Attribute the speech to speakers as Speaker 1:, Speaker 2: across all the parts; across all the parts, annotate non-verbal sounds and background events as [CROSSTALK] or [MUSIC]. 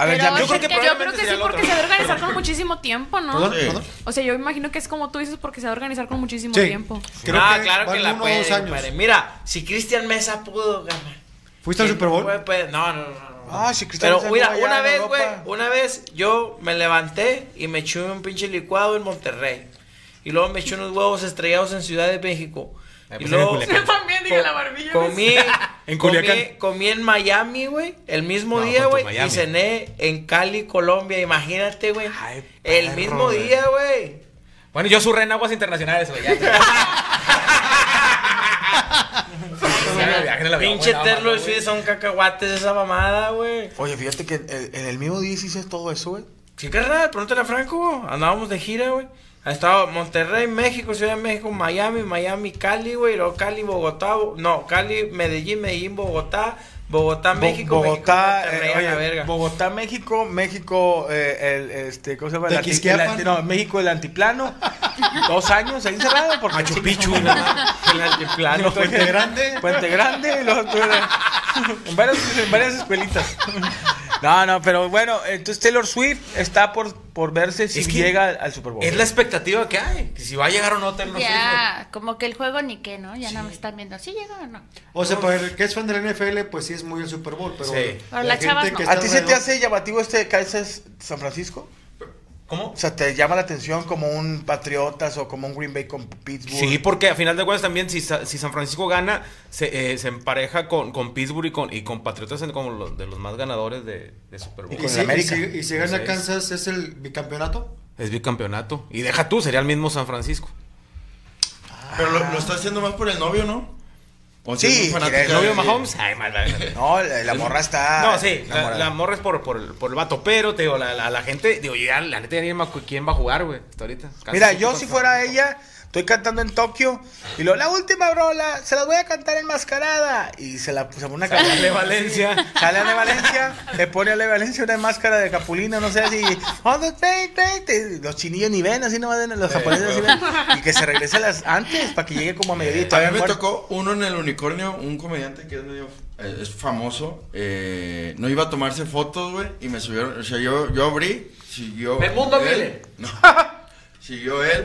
Speaker 1: A ver,
Speaker 2: Pero
Speaker 1: ya, yo creo que,
Speaker 2: yo creo
Speaker 1: probablemente
Speaker 2: que sí,
Speaker 1: sería el
Speaker 2: porque
Speaker 1: otro.
Speaker 2: se debe organizar con muchísimo tiempo, ¿no?
Speaker 3: ¿Puedo? ¿Puedo?
Speaker 2: O sea, yo imagino que es como tú dices, porque se debe organizar con muchísimo
Speaker 3: Sí.
Speaker 2: tiempo. [LAUGHS]
Speaker 3: Creo
Speaker 1: ah,
Speaker 3: que
Speaker 1: claro que
Speaker 3: van
Speaker 1: la
Speaker 3: uno o
Speaker 1: puede,
Speaker 3: dos años.
Speaker 1: compadre. Mira, si Cristian Mesa pudo ganar.
Speaker 3: ¿Fuiste al
Speaker 1: ¿quién
Speaker 3: Super Bowl?
Speaker 1: puede- puede? No, no, no, no. no.
Speaker 3: Ah, si Cristian
Speaker 1: Pero
Speaker 3: Mesa
Speaker 1: mira,
Speaker 3: jugó allá
Speaker 1: una
Speaker 3: en
Speaker 1: vez,
Speaker 3: Europa.
Speaker 1: güey, una vez yo me levanté y me eché un pinche licuado en Monterrey. Y luego me eché unos huevos estrellados en Ciudad de México.
Speaker 3: Ah,
Speaker 1: Y
Speaker 3: pues
Speaker 1: luego
Speaker 3: en Culiacán.
Speaker 2: también dije
Speaker 1: co-
Speaker 2: la
Speaker 1: [LAUGHS]
Speaker 2: barbilla.
Speaker 1: comí,
Speaker 3: [LAUGHS] En
Speaker 1: en
Speaker 3: Culiacán.
Speaker 1: comí, comí en Miami, güey, el mismo
Speaker 3: No,
Speaker 1: día,
Speaker 3: con tu
Speaker 1: güey,
Speaker 3: Miami.
Speaker 1: y cené en Cali, Colombia, imagínate, güey.
Speaker 3: Ay,
Speaker 1: El
Speaker 3: perro,
Speaker 1: mismo
Speaker 3: güey.
Speaker 1: día, güey.
Speaker 4: Bueno, yo surré en aguas internacionales, güey. ya te- Ya me viajé en el avión,
Speaker 1: Pinche
Speaker 4: güey, no,
Speaker 1: Terlo y
Speaker 4: mames, güey.
Speaker 1: Suiz son cacahuates esa mamada, güey.
Speaker 3: Oye, fíjate que en el, en el mismo día hiciste todo eso, güey.
Speaker 1: Sí, carnal, pregúntale a Franco, güey. Andábamos de gira, güey. Ha estado Monterrey, México, Ciudad de México, Miami, Miami, Cali, güey. Luego Cali, Bogotá. Bo- No, Cali, Medellín, Medellín, Bogotá. Bogotá,
Speaker 3: Bo-
Speaker 1: México,
Speaker 3: Bogotá,
Speaker 1: México,
Speaker 3: eh,
Speaker 1: Monterrey, a
Speaker 3: oye,
Speaker 1: la verga. [LAUGHS]
Speaker 3: Bogotá, México, México, eh, el, este, ¿cómo se llama? El anti-
Speaker 5: Tequisquiapan.
Speaker 3: el anti- no, México, el antiplano. dos años ahí encerrado por Machu [LAUGHS] Picchu.
Speaker 1: El altiplano, güey.
Speaker 5: Puente Grande.
Speaker 3: Ah, Puente Grande, y luego tú era- en, varias, en varias escuelitas. No, no, pero bueno, entonces Taylor Swift está por, por verse si
Speaker 4: Es que
Speaker 3: llega al, al Super Bowl.
Speaker 4: Es la expectativa que hay. que Si va a llegar o no, Taylor
Speaker 2: Ya, como que el juego ni qué, ¿no? Ya no me están viendo. ¿Sí llega o no?
Speaker 5: O sea, para el que es fan del NFL, pues sí es muy el Super Bowl, pero.
Speaker 4: Sí.
Speaker 2: Pero las chavas no.
Speaker 3: ¿A ti se te
Speaker 5: alrededor-
Speaker 3: hace llamativo este Kansas San Francisco?
Speaker 4: Swift. ¿Cómo?
Speaker 3: O sea, ¿te llama la atención como un Patriotas o como un Green Bay con Pittsburgh?
Speaker 4: Sí, porque a final de cuentas también si, Sa- si San Francisco gana, se, eh, se empareja con, con Pittsburgh y con, y con Patriotas en- como los, de los más ganadores de, de Super Bowl.
Speaker 5: Y,
Speaker 3: con el
Speaker 5: si, y,
Speaker 3: América.
Speaker 5: si, y si gana
Speaker 4: Sí.
Speaker 5: Kansas, ¿es el bicampeonato?
Speaker 4: Es bicampeonato. Y deja tú, sería el mismo San Francisco.
Speaker 3: Pero lo,
Speaker 6: Lo está haciendo más por el novio, ¿no? O
Speaker 4: pues,
Speaker 6: sea,
Speaker 3: Sí,
Speaker 6: es un fanático
Speaker 3: quiere-
Speaker 4: ¿El
Speaker 3: Sí,
Speaker 4: novio
Speaker 3: sí.
Speaker 4: Mahomes? Ay, mala.
Speaker 3: No, la, la morra está.
Speaker 4: No, sí, la,
Speaker 3: enamorada.
Speaker 4: la morra es por, por, el, por el vato, pero te digo, la, la, la gente, digo, ya, la neta ya ni ma- quién va a jugar, güey, hasta ahorita. Casi
Speaker 3: Mira,
Speaker 4: sí
Speaker 3: yo
Speaker 4: contra-
Speaker 3: si fuera ella, estoy cantando en Tokio y luego la última brola, se la voy a cantar enmascarada. Y se la puse
Speaker 4: [LAUGHS]
Speaker 3: una
Speaker 4: Sale
Speaker 3: canción.
Speaker 4: Ale Valencia.
Speaker 3: [LAUGHS] Sale Ale Valencia, le pone a Ale Valencia una máscara de capulina, no sé así. on the train, train, train. Los chinillos ni ven, así no van los japoneses así ven. Y que se regrese a las antes para que llegue como a mediodía.
Speaker 6: A mí me tocó uno en el unicornio, un comediante que es medio eh, es famoso. eh, no iba a tomarse fotos, güey, y me subieron. O sea, yo, yo abrí, siguió.
Speaker 1: Edmundo
Speaker 6: él.
Speaker 1: Miller.
Speaker 6: No. [LAUGHS] siguió él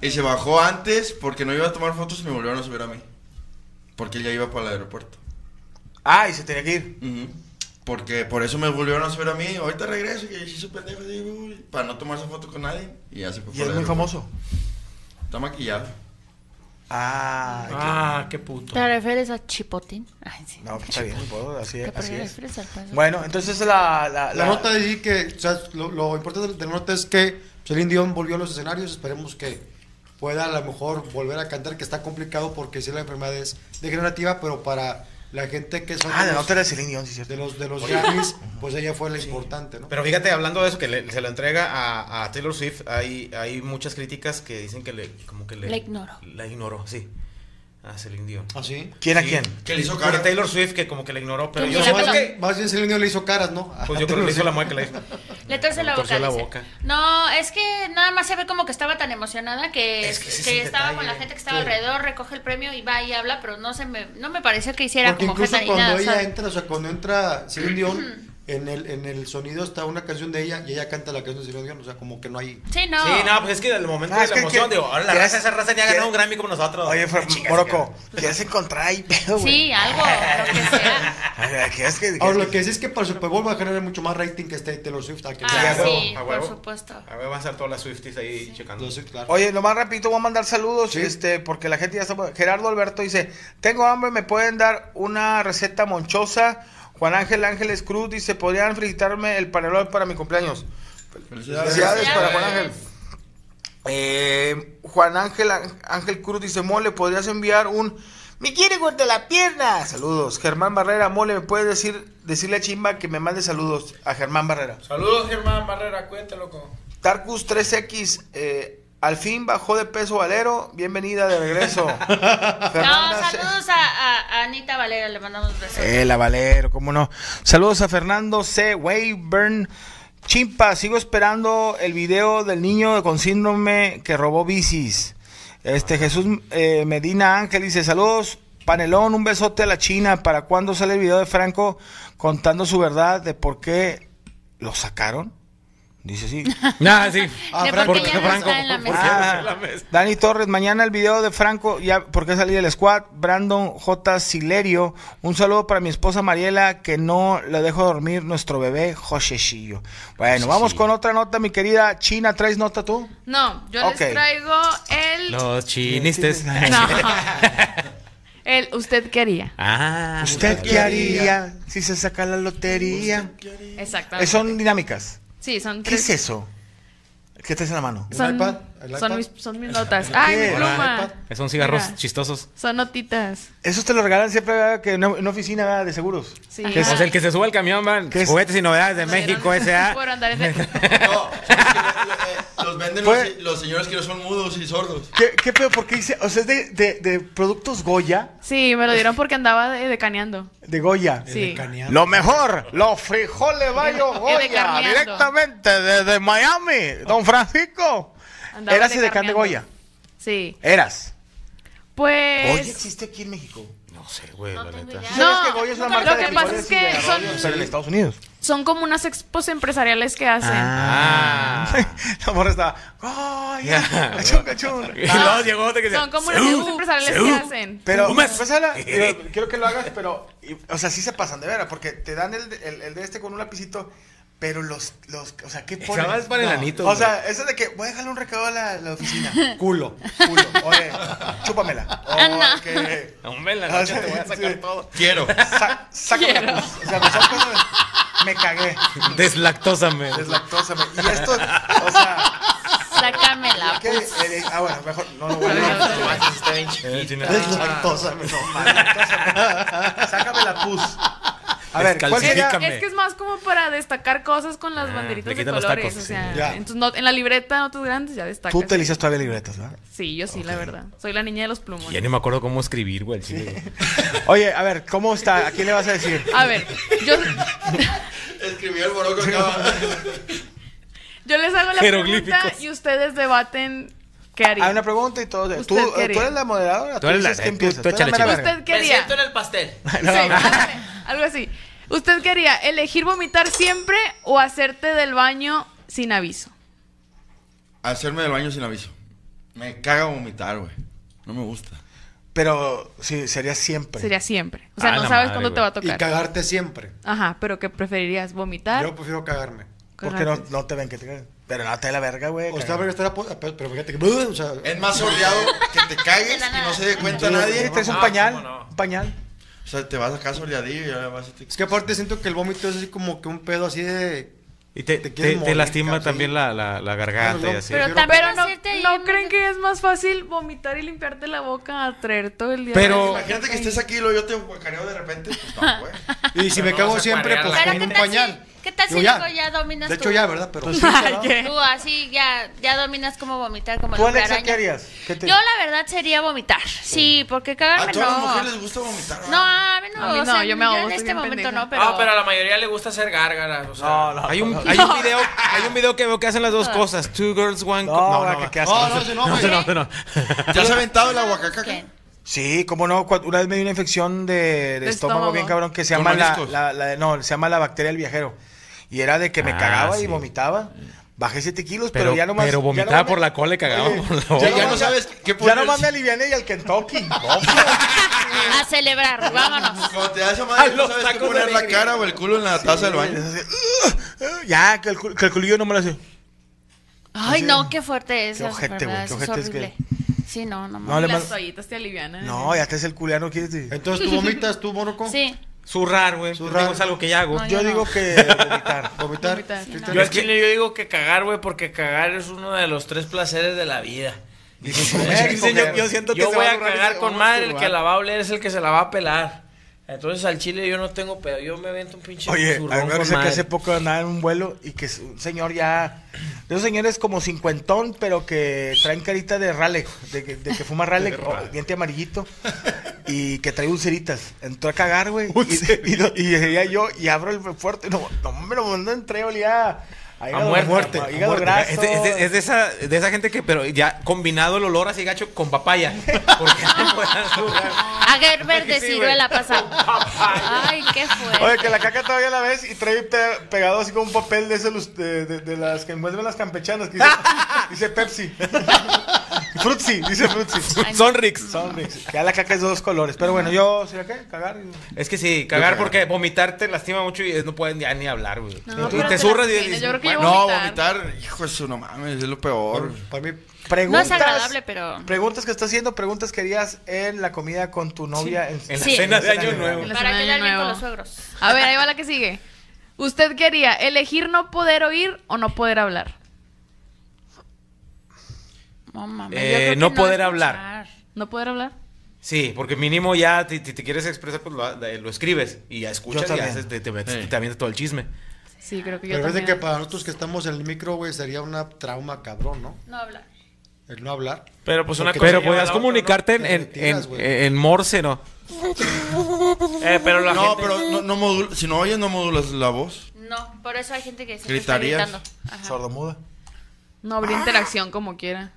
Speaker 6: y se bajó antes porque no iba a tomar fotos y me volvieron a subir a mí. Porque él ya iba para el aeropuerto.
Speaker 3: Ah, y se tenía que ir.
Speaker 6: Ujú. Porque por eso me volvieron a subir a mí. Ahorita regreso y yo su pendejo. digo, uy, Para no tomarse foto con nadie. Y ya se fue.
Speaker 3: Y
Speaker 6: para
Speaker 3: es
Speaker 6: el
Speaker 3: muy
Speaker 6: aeropuerto.
Speaker 3: famoso.
Speaker 6: Está maquillado.
Speaker 3: Ah,
Speaker 1: Ah, qué puto.
Speaker 2: ¿Te refieres a Chipotín? Ay, sí.
Speaker 3: no, pues está bien, no puedo, así,
Speaker 2: ¿Te
Speaker 3: así es.
Speaker 2: refieres al juego?
Speaker 3: Bueno, entonces la, la,
Speaker 5: La
Speaker 3: la-
Speaker 5: nota ahí que, o sea, lo, lo importante de la nota es que Celine Dion volvió a los escenarios, esperemos que pueda a lo mejor volver a cantar, que está complicado porque sí la enfermedad es degenerativa, pero para la gente que es fan
Speaker 3: Ah,
Speaker 5: de,
Speaker 3: la
Speaker 5: los,
Speaker 3: nota era de Celine Dion, sí, cierto.
Speaker 5: de los de los Grammys, pues ella fue la importante, ¿no?
Speaker 4: Pero fíjate, hablando de eso, que le- se lo entrega a, a Taylor Swift, hay, hay muchas críticas que dicen que le, como que le...
Speaker 2: La ignoró.
Speaker 4: La ignoró, sí. a Celine Dion.
Speaker 5: ¿Ah, sí?
Speaker 3: ¿Quién a
Speaker 4: Sí,
Speaker 3: quién?
Speaker 4: Que le hizo
Speaker 6: Por
Speaker 4: cara. Taylor Swift, que como que le ignoró, pero
Speaker 2: Que
Speaker 4: yo
Speaker 2: le hizo
Speaker 4: creo
Speaker 5: más,
Speaker 2: cara.
Speaker 4: que.
Speaker 5: bien, más bien Celine Dion le hizo caras, ¿no?
Speaker 4: Pues yo creo que le hizo la mueca, le hizo.
Speaker 2: Le torce la boca.
Speaker 4: Torció la
Speaker 2: dice.
Speaker 4: boca.
Speaker 2: No, es que nada más se ve como que estaba tan emocionada que,
Speaker 4: Es que ese es
Speaker 2: que
Speaker 4: el
Speaker 2: estaba
Speaker 4: detalle.
Speaker 2: con la gente que estaba alrededor, recoge el premio y va y habla, pero no se me, no me pareció que hiciera
Speaker 5: Porque
Speaker 2: como
Speaker 5: incluso
Speaker 2: jeta ni
Speaker 5: cuando
Speaker 2: nada. o
Speaker 5: ella
Speaker 2: sea,
Speaker 5: entra, o sea, cuando entra Celine Dion, en el, en el sonido está una canción de ella y ella canta la canción de Celine Dion, o sea, como que no hay...
Speaker 2: Sí, no.
Speaker 4: Sí, no, pues es que el momento
Speaker 3: Ah,
Speaker 4: de
Speaker 3: es
Speaker 4: la
Speaker 3: que-
Speaker 4: emoción,
Speaker 3: que-
Speaker 4: digo, ahora la
Speaker 3: que-
Speaker 4: raza, esa raza ni ha ganado
Speaker 3: que-
Speaker 4: un Grammy como nosotros.
Speaker 3: Oye, Fra-
Speaker 4: Chinga, se
Speaker 3: Moroco,
Speaker 4: queda.
Speaker 3: ¿quieres encontrar ahí pedo, güey?
Speaker 2: Sí, algo, lo
Speaker 4: [LAUGHS]
Speaker 2: que sea.
Speaker 3: [LAUGHS] A ver, ¿quieres que-
Speaker 5: [LAUGHS] Ahora, lo que sí es que para el Super Bowl va a generar mucho más rating que este Taylor Swift. ah, que-
Speaker 2: Ah,
Speaker 4: huevo,
Speaker 2: sí,
Speaker 4: a
Speaker 2: por
Speaker 4: huevo.
Speaker 2: supuesto.
Speaker 4: A ver, van a estar todas las Swifties ahí checando.
Speaker 5: Taylor Swift, claro.
Speaker 3: Oye, lo más rapidito voy a mandar saludos,
Speaker 5: Sí.
Speaker 3: este, porque la gente ya está. Gerardo Alberto dice, tengo hambre, me pueden dar una receta monchosa. Juan Ángel Ángeles Cruz dice, podrían felicitarme el panelón para mi cumpleaños. Felicidades para Juan Ángel. Eh, Juan Ángel Á- Ángel Cruz dice, mole, podrías enviar un... Me quiere de la pierna. Saludos. Germán Barrera, mole, ¿me puedes decir, decirle a Chimba que me mande saludos a Germán Barrera?
Speaker 1: Saludos, Germán Barrera, cuídate, loco.
Speaker 3: Tarkus 3X, eh, al fin bajó de peso Valero, bienvenida de [LAUGHS] regreso.
Speaker 2: No,
Speaker 3: Fernanda C-
Speaker 2: saludos a, a- a Anita Valera, le mandamos besos.
Speaker 3: Eh, la Valero, cómo no. Saludos a Fernando C. Weyburn. Chimpa, sigo esperando el video del niño con síndrome que robó bicis. Este Jesús eh, Medina Ángel dice, saludos, panelón, un besote a la China. ¿Para cuándo sale el video de Franco contando su verdad de por qué lo sacaron? Dice sí.
Speaker 4: Nah, sí.
Speaker 5: Ah,
Speaker 2: De
Speaker 5: Franco,
Speaker 2: porque ya no está en [LAUGHS] la
Speaker 4: ¿Por qué?
Speaker 2: mesa.
Speaker 3: Ah, Dani Torres, mañana el video de Franco, ya porque salí del squad. Brandon J. Silerio, un saludo para mi esposa Mariela, que no la dejo dormir, nuestro bebé Joshechillo. Bueno, vamos con otra nota, mi querida China, ¿traes nota tú?
Speaker 7: No, yo
Speaker 3: Ok.
Speaker 7: les traigo el.
Speaker 4: Los chinistes.
Speaker 5: [LAUGHS]
Speaker 3: [LAUGHS]
Speaker 7: No. El usted quería.
Speaker 4: Ah,
Speaker 3: ¿Usted qué haría si se saca la lotería?
Speaker 7: Exactamente.
Speaker 3: Eh, son dinámicas.
Speaker 7: Sí, son
Speaker 3: ¿Qué es
Speaker 7: tres.
Speaker 3: eso? ¿Qué traes en la mano?
Speaker 7: Son,
Speaker 5: ¿El iPad? ¿El
Speaker 7: son
Speaker 5: iPad?
Speaker 7: mis, son mis notas. Ay,
Speaker 3: ¿El
Speaker 5: iPad?
Speaker 7: mi pluma.
Speaker 4: [LAUGHS] son cigarros
Speaker 7: Mira.
Speaker 4: chistosos.
Speaker 7: Son notitas.
Speaker 3: Eso te lo regalan siempre ¿verdad? que en una en una oficina ¿verdad? de seguros.
Speaker 7: Sí.
Speaker 4: O sea, el que se sube al camión, van
Speaker 3: ¿Qué es?
Speaker 4: juguetes y novedades de
Speaker 7: Nos
Speaker 4: México,
Speaker 7: [LAUGHS] dieron-
Speaker 3: ah.
Speaker 4: S.A.
Speaker 7: Por andar en
Speaker 4: Oh,
Speaker 6: No, ¿sabes qué? Eh, los venden los-
Speaker 3: Fue-
Speaker 6: los, señores que no son mudos y sordos.
Speaker 3: ¿Qué, qué pedo? ¿Por qué dice? O sea, es de, de- de productos Goya.
Speaker 7: Sí, me lo dieron porque andaba de- decaneando.
Speaker 3: De Goya.
Speaker 7: Sí.
Speaker 3: Lo mejor, los frijoles Bayo
Speaker 7: de
Speaker 3: Goya,
Speaker 7: carneando.
Speaker 3: directamente desde Miami, don Francisco.
Speaker 7: Andaba
Speaker 3: Eras y decán de
Speaker 7: decarneando.
Speaker 3: Goya.
Speaker 7: Sí.
Speaker 3: Eras. Goya
Speaker 7: Pues.
Speaker 3: existe aquí en México.
Speaker 4: No sé, güey, la neta.
Speaker 7: No,
Speaker 3: ¿Sabes que Goya es una
Speaker 7: lo
Speaker 3: marca de
Speaker 7: que pasa
Speaker 3: frijoles
Speaker 7: es
Speaker 3: y de
Speaker 7: que son,
Speaker 3: arroz? Pero en Estados Unidos.
Speaker 7: son como unas expos empresariales que hacen.
Speaker 4: Ah.
Speaker 7: [LAUGHS]
Speaker 3: La morra estaba. [LAUGHS] Goya,
Speaker 4: Ya.
Speaker 3: cachun, cachun.
Speaker 4: Y luego llegó otro que
Speaker 7: Ah.
Speaker 4: decía,
Speaker 7: Son como unas expos empresariales que hacen.
Speaker 3: Pero,
Speaker 4: Pumas.
Speaker 3: pues, ala, digo,
Speaker 4: [LAUGHS]
Speaker 3: quiero que lo hagas, pero, y- o sea, sí se pasan de vera, porque te dan el, de- el- el de este con un lapicito, pero los, los, o sea, ¿qué pones?
Speaker 4: Estaba para el anito,
Speaker 3: O
Speaker 4: güey.
Speaker 3: sea, eso de que voy a dejarle un recado a la, la oficina. Culo. Culo. Oye, chúpamela. O que-
Speaker 4: Hombre, en la noche te voy a sacar
Speaker 3: Sí.
Speaker 4: todo.
Speaker 7: [LAUGHS]
Speaker 6: Quiero.
Speaker 3: sa- sácame la cruz. O sea, me, saco de- me cagué.
Speaker 4: Deslactósame.
Speaker 3: Deslactósame. Y esto, o sea,
Speaker 2: Sácame la
Speaker 3: ¿qué? Eh, ah, bueno, mejor no lo voy a
Speaker 7: No,
Speaker 3: decir. Está bien
Speaker 4: Eh,
Speaker 3: chiquita.
Speaker 4: chingada.
Speaker 5: [LAUGHS] Deslactósame, no,
Speaker 3: Deslactósame. Sácame la pus. A ver, ¿cuál sería?
Speaker 4: Descalcifícame.
Speaker 7: Es que es más como para destacar cosas con las
Speaker 4: Ah,
Speaker 7: banderitas
Speaker 4: le
Speaker 7: de
Speaker 4: quitan los
Speaker 7: colores.
Speaker 4: tacos,
Speaker 7: o
Speaker 4: sí.
Speaker 7: sea,
Speaker 5: Ya.
Speaker 7: en, tus not- en la libreta, notas grandes, ya destacas.
Speaker 3: Tú utilizas todavía libretas, ¿verdad?
Speaker 7: Sí, yo sí, la verdad. Soy la niña de los plumones.
Speaker 4: Ya ni me acuerdo cómo escribir, güey. el chile, güey.
Speaker 3: Oye, a ver, ¿cómo está? ¿A quién le vas a decir?
Speaker 7: A ver, yo,
Speaker 6: Escribió el boroco acá.
Speaker 7: yo les hago la pregunta
Speaker 4: Jeroglíficos.
Speaker 7: y ustedes debaten qué
Speaker 3: Hay
Speaker 7: harían.
Speaker 3: Ah, una pregunta y todo. ¿Tú,
Speaker 7: ¿Usted
Speaker 3: tú
Speaker 7: qué haría?
Speaker 3: eres la moderadora?
Speaker 4: Tú eres la-
Speaker 3: dices
Speaker 4: tú-
Speaker 3: que empiezas.
Speaker 4: tú
Speaker 3: Tú eres la
Speaker 4: échale
Speaker 3: mera
Speaker 4: chicha.
Speaker 3: verga.
Speaker 7: ¿Usted qué haría?
Speaker 1: en el
Speaker 3: [LAUGHS]
Speaker 1: pastel.
Speaker 7: Sí, [LAUGHS] algo así. ¿Usted qué haría? ¿Elegir vomitar siempre o hacerte del baño sin aviso?
Speaker 6: Hacerme del baño sin aviso. Me caga vomitar, güey. No me gusta.
Speaker 3: Pero sí, sería siempre.
Speaker 7: Sería siempre. O sea,
Speaker 4: Ah,
Speaker 7: no
Speaker 4: la
Speaker 7: sabes
Speaker 4: madre,
Speaker 7: cuándo te
Speaker 4: güey.
Speaker 7: va
Speaker 5: Y
Speaker 7: a
Speaker 5: Ah.
Speaker 7: tocar.
Speaker 5: cagarte siempre.
Speaker 7: Ajá, pero ¿qué preferirías? ¿Vomitar?
Speaker 5: Yo prefiero cagarme.
Speaker 3: Porque no, no te ven que te caen. Pero no, te la verga, güey.
Speaker 5: O sea, a ver, estar a po- a- pero fíjate que... [LAUGHS] o sea,
Speaker 6: Es más sordeado que te cagues y no se dé cuenta
Speaker 3: Sí,
Speaker 6: nadie. Ah,
Speaker 3: traes un
Speaker 1: No,
Speaker 3: pañal.
Speaker 1: Pues, ah, cómo no.
Speaker 3: Un pañal.
Speaker 6: O sea, te vas acá sordeadillo y ahora vas a te...
Speaker 5: es que aparte siento que el vómito es así como que un pedo así de...
Speaker 4: Y te,
Speaker 5: Te
Speaker 4: te,
Speaker 5: quieres
Speaker 4: te
Speaker 5: morir,
Speaker 4: lastima
Speaker 5: cabrón,
Speaker 4: también
Speaker 5: sí.
Speaker 4: la, la, la garganta y
Speaker 5: Claro,
Speaker 4: así.
Speaker 2: Pero
Speaker 5: Pero
Speaker 2: también
Speaker 7: Pero no,
Speaker 2: hacerte ahí
Speaker 7: ¿no
Speaker 2: un-
Speaker 7: creen que [LAUGHS] es más fácil vomitar y limpiarte la boca a traer todo el día?
Speaker 4: Pero-
Speaker 6: Imagínate que estés aquí y luego yo te guacareo de repente. Pues no, güey.
Speaker 5: Y si me
Speaker 1: no
Speaker 5: cago
Speaker 1: vas a
Speaker 5: siempre,
Speaker 1: parear
Speaker 5: pues
Speaker 1: la
Speaker 2: Pero
Speaker 5: con
Speaker 2: ¿qué
Speaker 5: un
Speaker 2: tal,
Speaker 5: pañal.
Speaker 2: si, ¿Qué tal
Speaker 5: Yo
Speaker 2: si
Speaker 5: ya.
Speaker 2: luego ya dominas
Speaker 5: De hecho,
Speaker 2: tú?
Speaker 5: ya, ¿verdad? Pero
Speaker 3: Pues sí,
Speaker 7: Ay, ¿qué?
Speaker 2: Tú así ya, ya dominas cómo vomitar como
Speaker 7: Pues,
Speaker 3: ¿Tú,
Speaker 2: la
Speaker 3: Alexa,
Speaker 2: araña.
Speaker 3: qué harías? ¿Qué te-
Speaker 2: Yo la verdad sería vomitar. Sí, porque
Speaker 6: A
Speaker 5: Ah,
Speaker 2: cagarme
Speaker 6: todas las
Speaker 2: no.
Speaker 6: mujeres les gusta vomitar.
Speaker 2: No,
Speaker 6: ¿verdad?
Speaker 2: a mí no,
Speaker 7: A mí
Speaker 2: o
Speaker 7: no,
Speaker 2: sea,
Speaker 7: yo me ahogo,
Speaker 2: en
Speaker 7: estoy
Speaker 2: este
Speaker 7: bien
Speaker 2: momento
Speaker 7: pendeja.
Speaker 2: no, pero...
Speaker 1: No, pero a la mayoría le gusta hacer gárgaras. O sea,
Speaker 3: No, no.
Speaker 4: Hay un, hay, un video, hay un video que veo que hacen las dos cosas. Two girls, one cup.
Speaker 3: No, güey, que- que haces.
Speaker 5: No, no, ese no, güey.
Speaker 4: no, no, no.
Speaker 6: ¿Te has aventado la guacacaca?
Speaker 2: ¿Qué?
Speaker 3: Sí, cómo no. cua- Una vez me dio una infección de, de
Speaker 7: De
Speaker 3: estómago,
Speaker 7: estómago.
Speaker 3: bien cabrón que se
Speaker 6: ¿Con
Speaker 3: llama la,
Speaker 6: mariscos?
Speaker 3: la- la- no, se llama la bacteria del viajero. Y era de que me
Speaker 4: Ah,
Speaker 3: cagaba y
Speaker 4: sí.
Speaker 3: vomitaba. Bajé 7 kilos, pero,
Speaker 4: Pero,
Speaker 3: ya nomás.
Speaker 4: pero
Speaker 3: ya
Speaker 4: vomitaba
Speaker 3: nomás-
Speaker 4: por la cola y cagaba por la boca.
Speaker 6: Ya, ya no sabes qué
Speaker 3: Ya
Speaker 6: poner.
Speaker 3: nomás me aliviané y al Kentucky. No,
Speaker 2: A celebrar, vámonos.
Speaker 6: Cuando te da esa
Speaker 4: A
Speaker 6: madre, no
Speaker 4: los
Speaker 6: sabes qué
Speaker 4: tacos
Speaker 6: poner
Speaker 4: de
Speaker 6: la
Speaker 4: regreso.
Speaker 6: cara o el culo en la taza del baño.
Speaker 3: [LAUGHS] ya, que el, cul- que el culillo no me lo hace.
Speaker 2: Ay,
Speaker 3: Así
Speaker 2: no,
Speaker 3: es.
Speaker 2: qué fuerte es
Speaker 3: Qué
Speaker 2: la
Speaker 3: ojete, güey,
Speaker 2: enfermedad,
Speaker 3: qué
Speaker 2: eso es
Speaker 3: ojete es que-
Speaker 2: horrible. Sí, no, no,
Speaker 3: No,
Speaker 2: no.
Speaker 3: le
Speaker 7: Las
Speaker 3: mando-
Speaker 7: toallitas te alivianan.
Speaker 3: no ya te es el culiano, ¿quieres decir?
Speaker 5: Entonces tú vomitas, tú, Morocco.
Speaker 2: Sí.
Speaker 4: Zurrar, güey. Yo
Speaker 5: Zurrar.
Speaker 4: digo, Es algo que ya hago.
Speaker 2: No,
Speaker 3: Yo
Speaker 2: yo
Speaker 3: digo que vomitar.
Speaker 5: Vomitar.
Speaker 7: Vomitar, sí,
Speaker 5: Estrictamente.
Speaker 1: Yo al chile yo digo que cagar, güey, porque cagar es uno de los tres placeres de la vida.
Speaker 4: Dicen, yo, yo siento que
Speaker 1: Yo
Speaker 4: se
Speaker 1: voy
Speaker 4: va
Speaker 1: a
Speaker 4: zurrar y se
Speaker 1: cagar
Speaker 4: va
Speaker 1: con madre, el
Speaker 4: masturbar.
Speaker 1: que la va a oler es el que se la va a pelar. Entonces al chile yo no tengo pedo, yo me aviento un pinche
Speaker 3: Oye, a mí
Speaker 1: zurrón
Speaker 3: me
Speaker 1: con
Speaker 3: parece que
Speaker 1: madre.
Speaker 3: hace poco andaba en un vuelo y que s- un señor ya. De esos señores como cincuentón, pero que traen carita de rale, de, que- [LAUGHS] de que fuma rale, diente amarillito, y que trae ulceritas. Entró a cagar, güey. Y, y, do- y llegué yo y abro el fuerte. No, no me lo mandó, entré, olía. A, hígado-
Speaker 1: muerte,
Speaker 3: muerte,
Speaker 1: a
Speaker 3: hígado
Speaker 4: Muerte,
Speaker 3: graso.
Speaker 4: Es, de, es de- es de esa, de esa gente que, pero ya combinado el olor así gacho con papaya. Porque no [LAUGHS] puedas zurrar.
Speaker 2: A Gerber de
Speaker 4: Sí,
Speaker 2: ciruela
Speaker 4: güey.
Speaker 2: pasa. Ay, qué fuerte.
Speaker 3: Oye, que la caca todavía la ves y trae pe- pegado así como un papel de, ese, lus- de, de- de las que envuelven las campechanas. Que dice, [LAUGHS] dice Pepsi. [LAUGHS] Frutzi, dice Frutzi.
Speaker 2: Ay, no.
Speaker 4: Sonrix.
Speaker 3: Sonrix. Ya la caca es de dos colores. Pero bueno, yo, ¿será qué? Cagar. y-
Speaker 4: Es que sí,
Speaker 6: Yo
Speaker 4: cagar
Speaker 6: creo.
Speaker 4: porque vomitar te lastima mucho y es- no pueden ya ni hablar, güey.
Speaker 7: No,
Speaker 4: Y
Speaker 7: pero te
Speaker 4: te zurras y
Speaker 7: las tienes,
Speaker 4: dices,
Speaker 7: yo creo que
Speaker 4: bueno,
Speaker 6: No,
Speaker 7: vomitar.
Speaker 6: vomitar, hijo eso, no mames, es lo peor.
Speaker 5: Para mí,
Speaker 2: No
Speaker 3: Preguntas,
Speaker 2: es agradable, pero...
Speaker 3: Preguntas que estás haciendo, preguntas que harías en la comida con tu novia. en-
Speaker 4: en la
Speaker 2: Sí.
Speaker 4: cena de
Speaker 3: En la cena
Speaker 4: año
Speaker 3: de
Speaker 4: nuevo.
Speaker 7: Año
Speaker 2: Para
Speaker 7: Semana de
Speaker 2: quedar bien
Speaker 7: nuevo.
Speaker 2: con los suegros.
Speaker 7: A ver, ahí va la que sigue. ¿Usted qué haría? ¿Elegir no poder oír o no poder hablar?
Speaker 2: No mames, yo
Speaker 4: Eh,
Speaker 2: creo que
Speaker 4: no poder hablar.
Speaker 2: escuchar.
Speaker 7: ¿No poder hablar?
Speaker 4: Sí, porque mínimo ya si te, te quieres expresar, pues lo, lo escribes y ya escuchas
Speaker 3: Yo
Speaker 4: y ya
Speaker 3: también.
Speaker 4: haces- te, te metes
Speaker 6: Sí.
Speaker 4: te avientas todo el chisme.
Speaker 7: Sí, creo que yo
Speaker 5: pero es de
Speaker 7: también.
Speaker 5: que para nosotros que estamos en el micro, güey, sería una trauma cabrón, ¿no?
Speaker 2: No hablar.
Speaker 5: El no hablar.
Speaker 1: Pero pues una
Speaker 5: Porque-
Speaker 1: cosa
Speaker 4: Pero
Speaker 1: lleva a la
Speaker 4: podías
Speaker 1: otra,
Speaker 4: comunicarte en,
Speaker 5: ¿no?
Speaker 4: en,
Speaker 5: Te retiras,
Speaker 4: en-
Speaker 5: güey.
Speaker 4: en morse, ¿no?
Speaker 1: ¿no? Eh, pero la
Speaker 6: No,
Speaker 1: gente...
Speaker 6: pero no, no modul- si no oyes, no modulas la voz.
Speaker 2: No, por eso hay gente que se está
Speaker 6: Gritarías.
Speaker 2: gritando.
Speaker 3: Sordomuda.
Speaker 7: No habría interacción como quiera.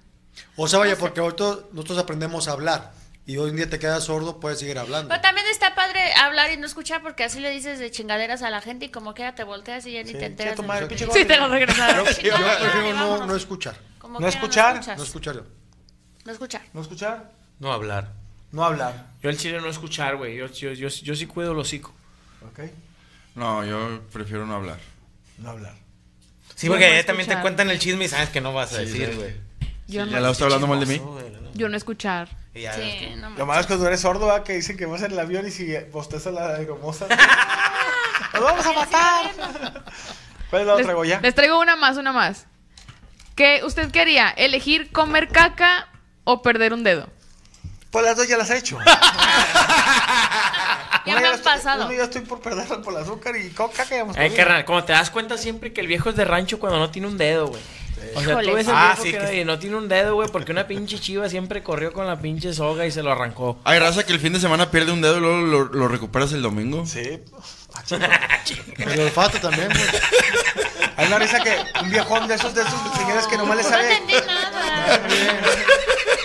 Speaker 5: O sea,
Speaker 7: Ah,
Speaker 5: vaya, porque ahorita nosotros aprendemos a hablar. Y hoy en día te quedas sordo, puedes seguir hablando.
Speaker 2: Pero también está padre hablar y no escuchar porque así le dices de chingaderas a la gente y como quiera te volteas y ya ni te enteras. de lo que dices. [LAUGHS]
Speaker 7: Sí, te lo
Speaker 5: [LAUGHS]
Speaker 7: regresaron.
Speaker 5: Yo
Speaker 2: Chingada madre,
Speaker 5: prefiero no,
Speaker 2: vámonos.
Speaker 5: no escuchar.
Speaker 2: Como
Speaker 3: ¿No
Speaker 2: quiera
Speaker 3: escuchar?
Speaker 2: escuchas.
Speaker 5: No escuchar yo.
Speaker 2: No escuchar.
Speaker 3: ¿No escuchar?
Speaker 4: No hablar.
Speaker 3: No hablar.
Speaker 1: Yo al chile no escuchar, güey, yo, yo, yo, yo sí cuido el hocico.
Speaker 3: ¿Ok?
Speaker 6: No, yo prefiero no hablar.
Speaker 3: No hablar.
Speaker 4: Sí,
Speaker 7: Yo
Speaker 4: porque
Speaker 7: no
Speaker 4: ya también te
Speaker 7: escuchar.
Speaker 4: cuentan el chisme y sabes que no vas a decir,
Speaker 6: sí.
Speaker 4: güey.
Speaker 7: Yo
Speaker 6: ya
Speaker 7: no,
Speaker 6: la está hablando mal de mí.
Speaker 7: yo no escuchar.
Speaker 4: Y ya ves
Speaker 2: Sí,
Speaker 4: que-
Speaker 2: no
Speaker 3: Lo
Speaker 2: mames.
Speaker 3: malo es cuando eres sordo, ¿verdad? que dicen que vas en el avión y si bostezas la hermosa. ¡Nos vamos a matar! ¿Cuál es la
Speaker 7: Les,
Speaker 3: otra, Goya?
Speaker 7: les traigo una más, una más. ¿Qué usted quería? ¿Elegir comer caca o perder un dedo?
Speaker 3: Pues las dos ya las he hecho.
Speaker 2: Ya
Speaker 3: Una
Speaker 2: me
Speaker 3: la
Speaker 2: han
Speaker 3: estoy-
Speaker 2: pasado.
Speaker 3: una ya estoy por perderla por el azúcar y coca que hemos
Speaker 1: Eh,
Speaker 3: comido.
Speaker 1: carnal, como te das cuenta siempre que el viejo es de rancho cuando no tiene un dedo, güey. O sea,
Speaker 2: Híjole.
Speaker 1: tú ves el
Speaker 4: Ah,
Speaker 1: viejo
Speaker 4: sí,
Speaker 1: que,
Speaker 4: que-
Speaker 1: "Ay, no tiene un dedo, güey, porque una pinche chiva siempre corrió con la pinche soga y se lo arrancó.
Speaker 6: Hay raza que el fin de semana pierde un dedo y luego lo, lo recuperas el domingo.
Speaker 3: Sí.
Speaker 5: El olfato también, güey.
Speaker 3: Hay una risa que un viejón de esos, de esos señores que nomás le
Speaker 2: No
Speaker 3: sabe.
Speaker 2: entendí
Speaker 3: [LAUGHS]
Speaker 2: nada.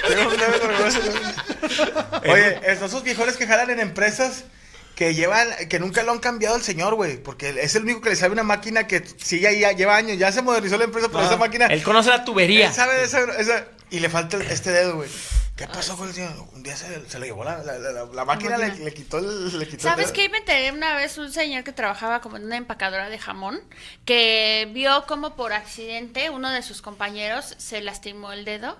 Speaker 3: Tengo un dedo gorgoso. Oye, es esos viejones que jalan en empresas que llevan, que nunca lo han cambiado el señor, güey, porque es el único que le sabe una máquina que sigue ahí, ya lleva años, ya se modernizó la empresa, pero esa máquina,
Speaker 1: Él conoce la tubería.
Speaker 3: él sabe de esa, esa- y le falta este dedo, güey. ¿Qué pasó con el señor? Un día se, se le llevó la, la- la- la- la máquina, le, le quitó el, le quitó el
Speaker 2: ¿Sabes
Speaker 3: dedo.
Speaker 2: qué? Me enteré una vez un señor que trabajaba como en una empacadora de jamón que vio como por accidente uno de sus compañeros se lastimó el dedo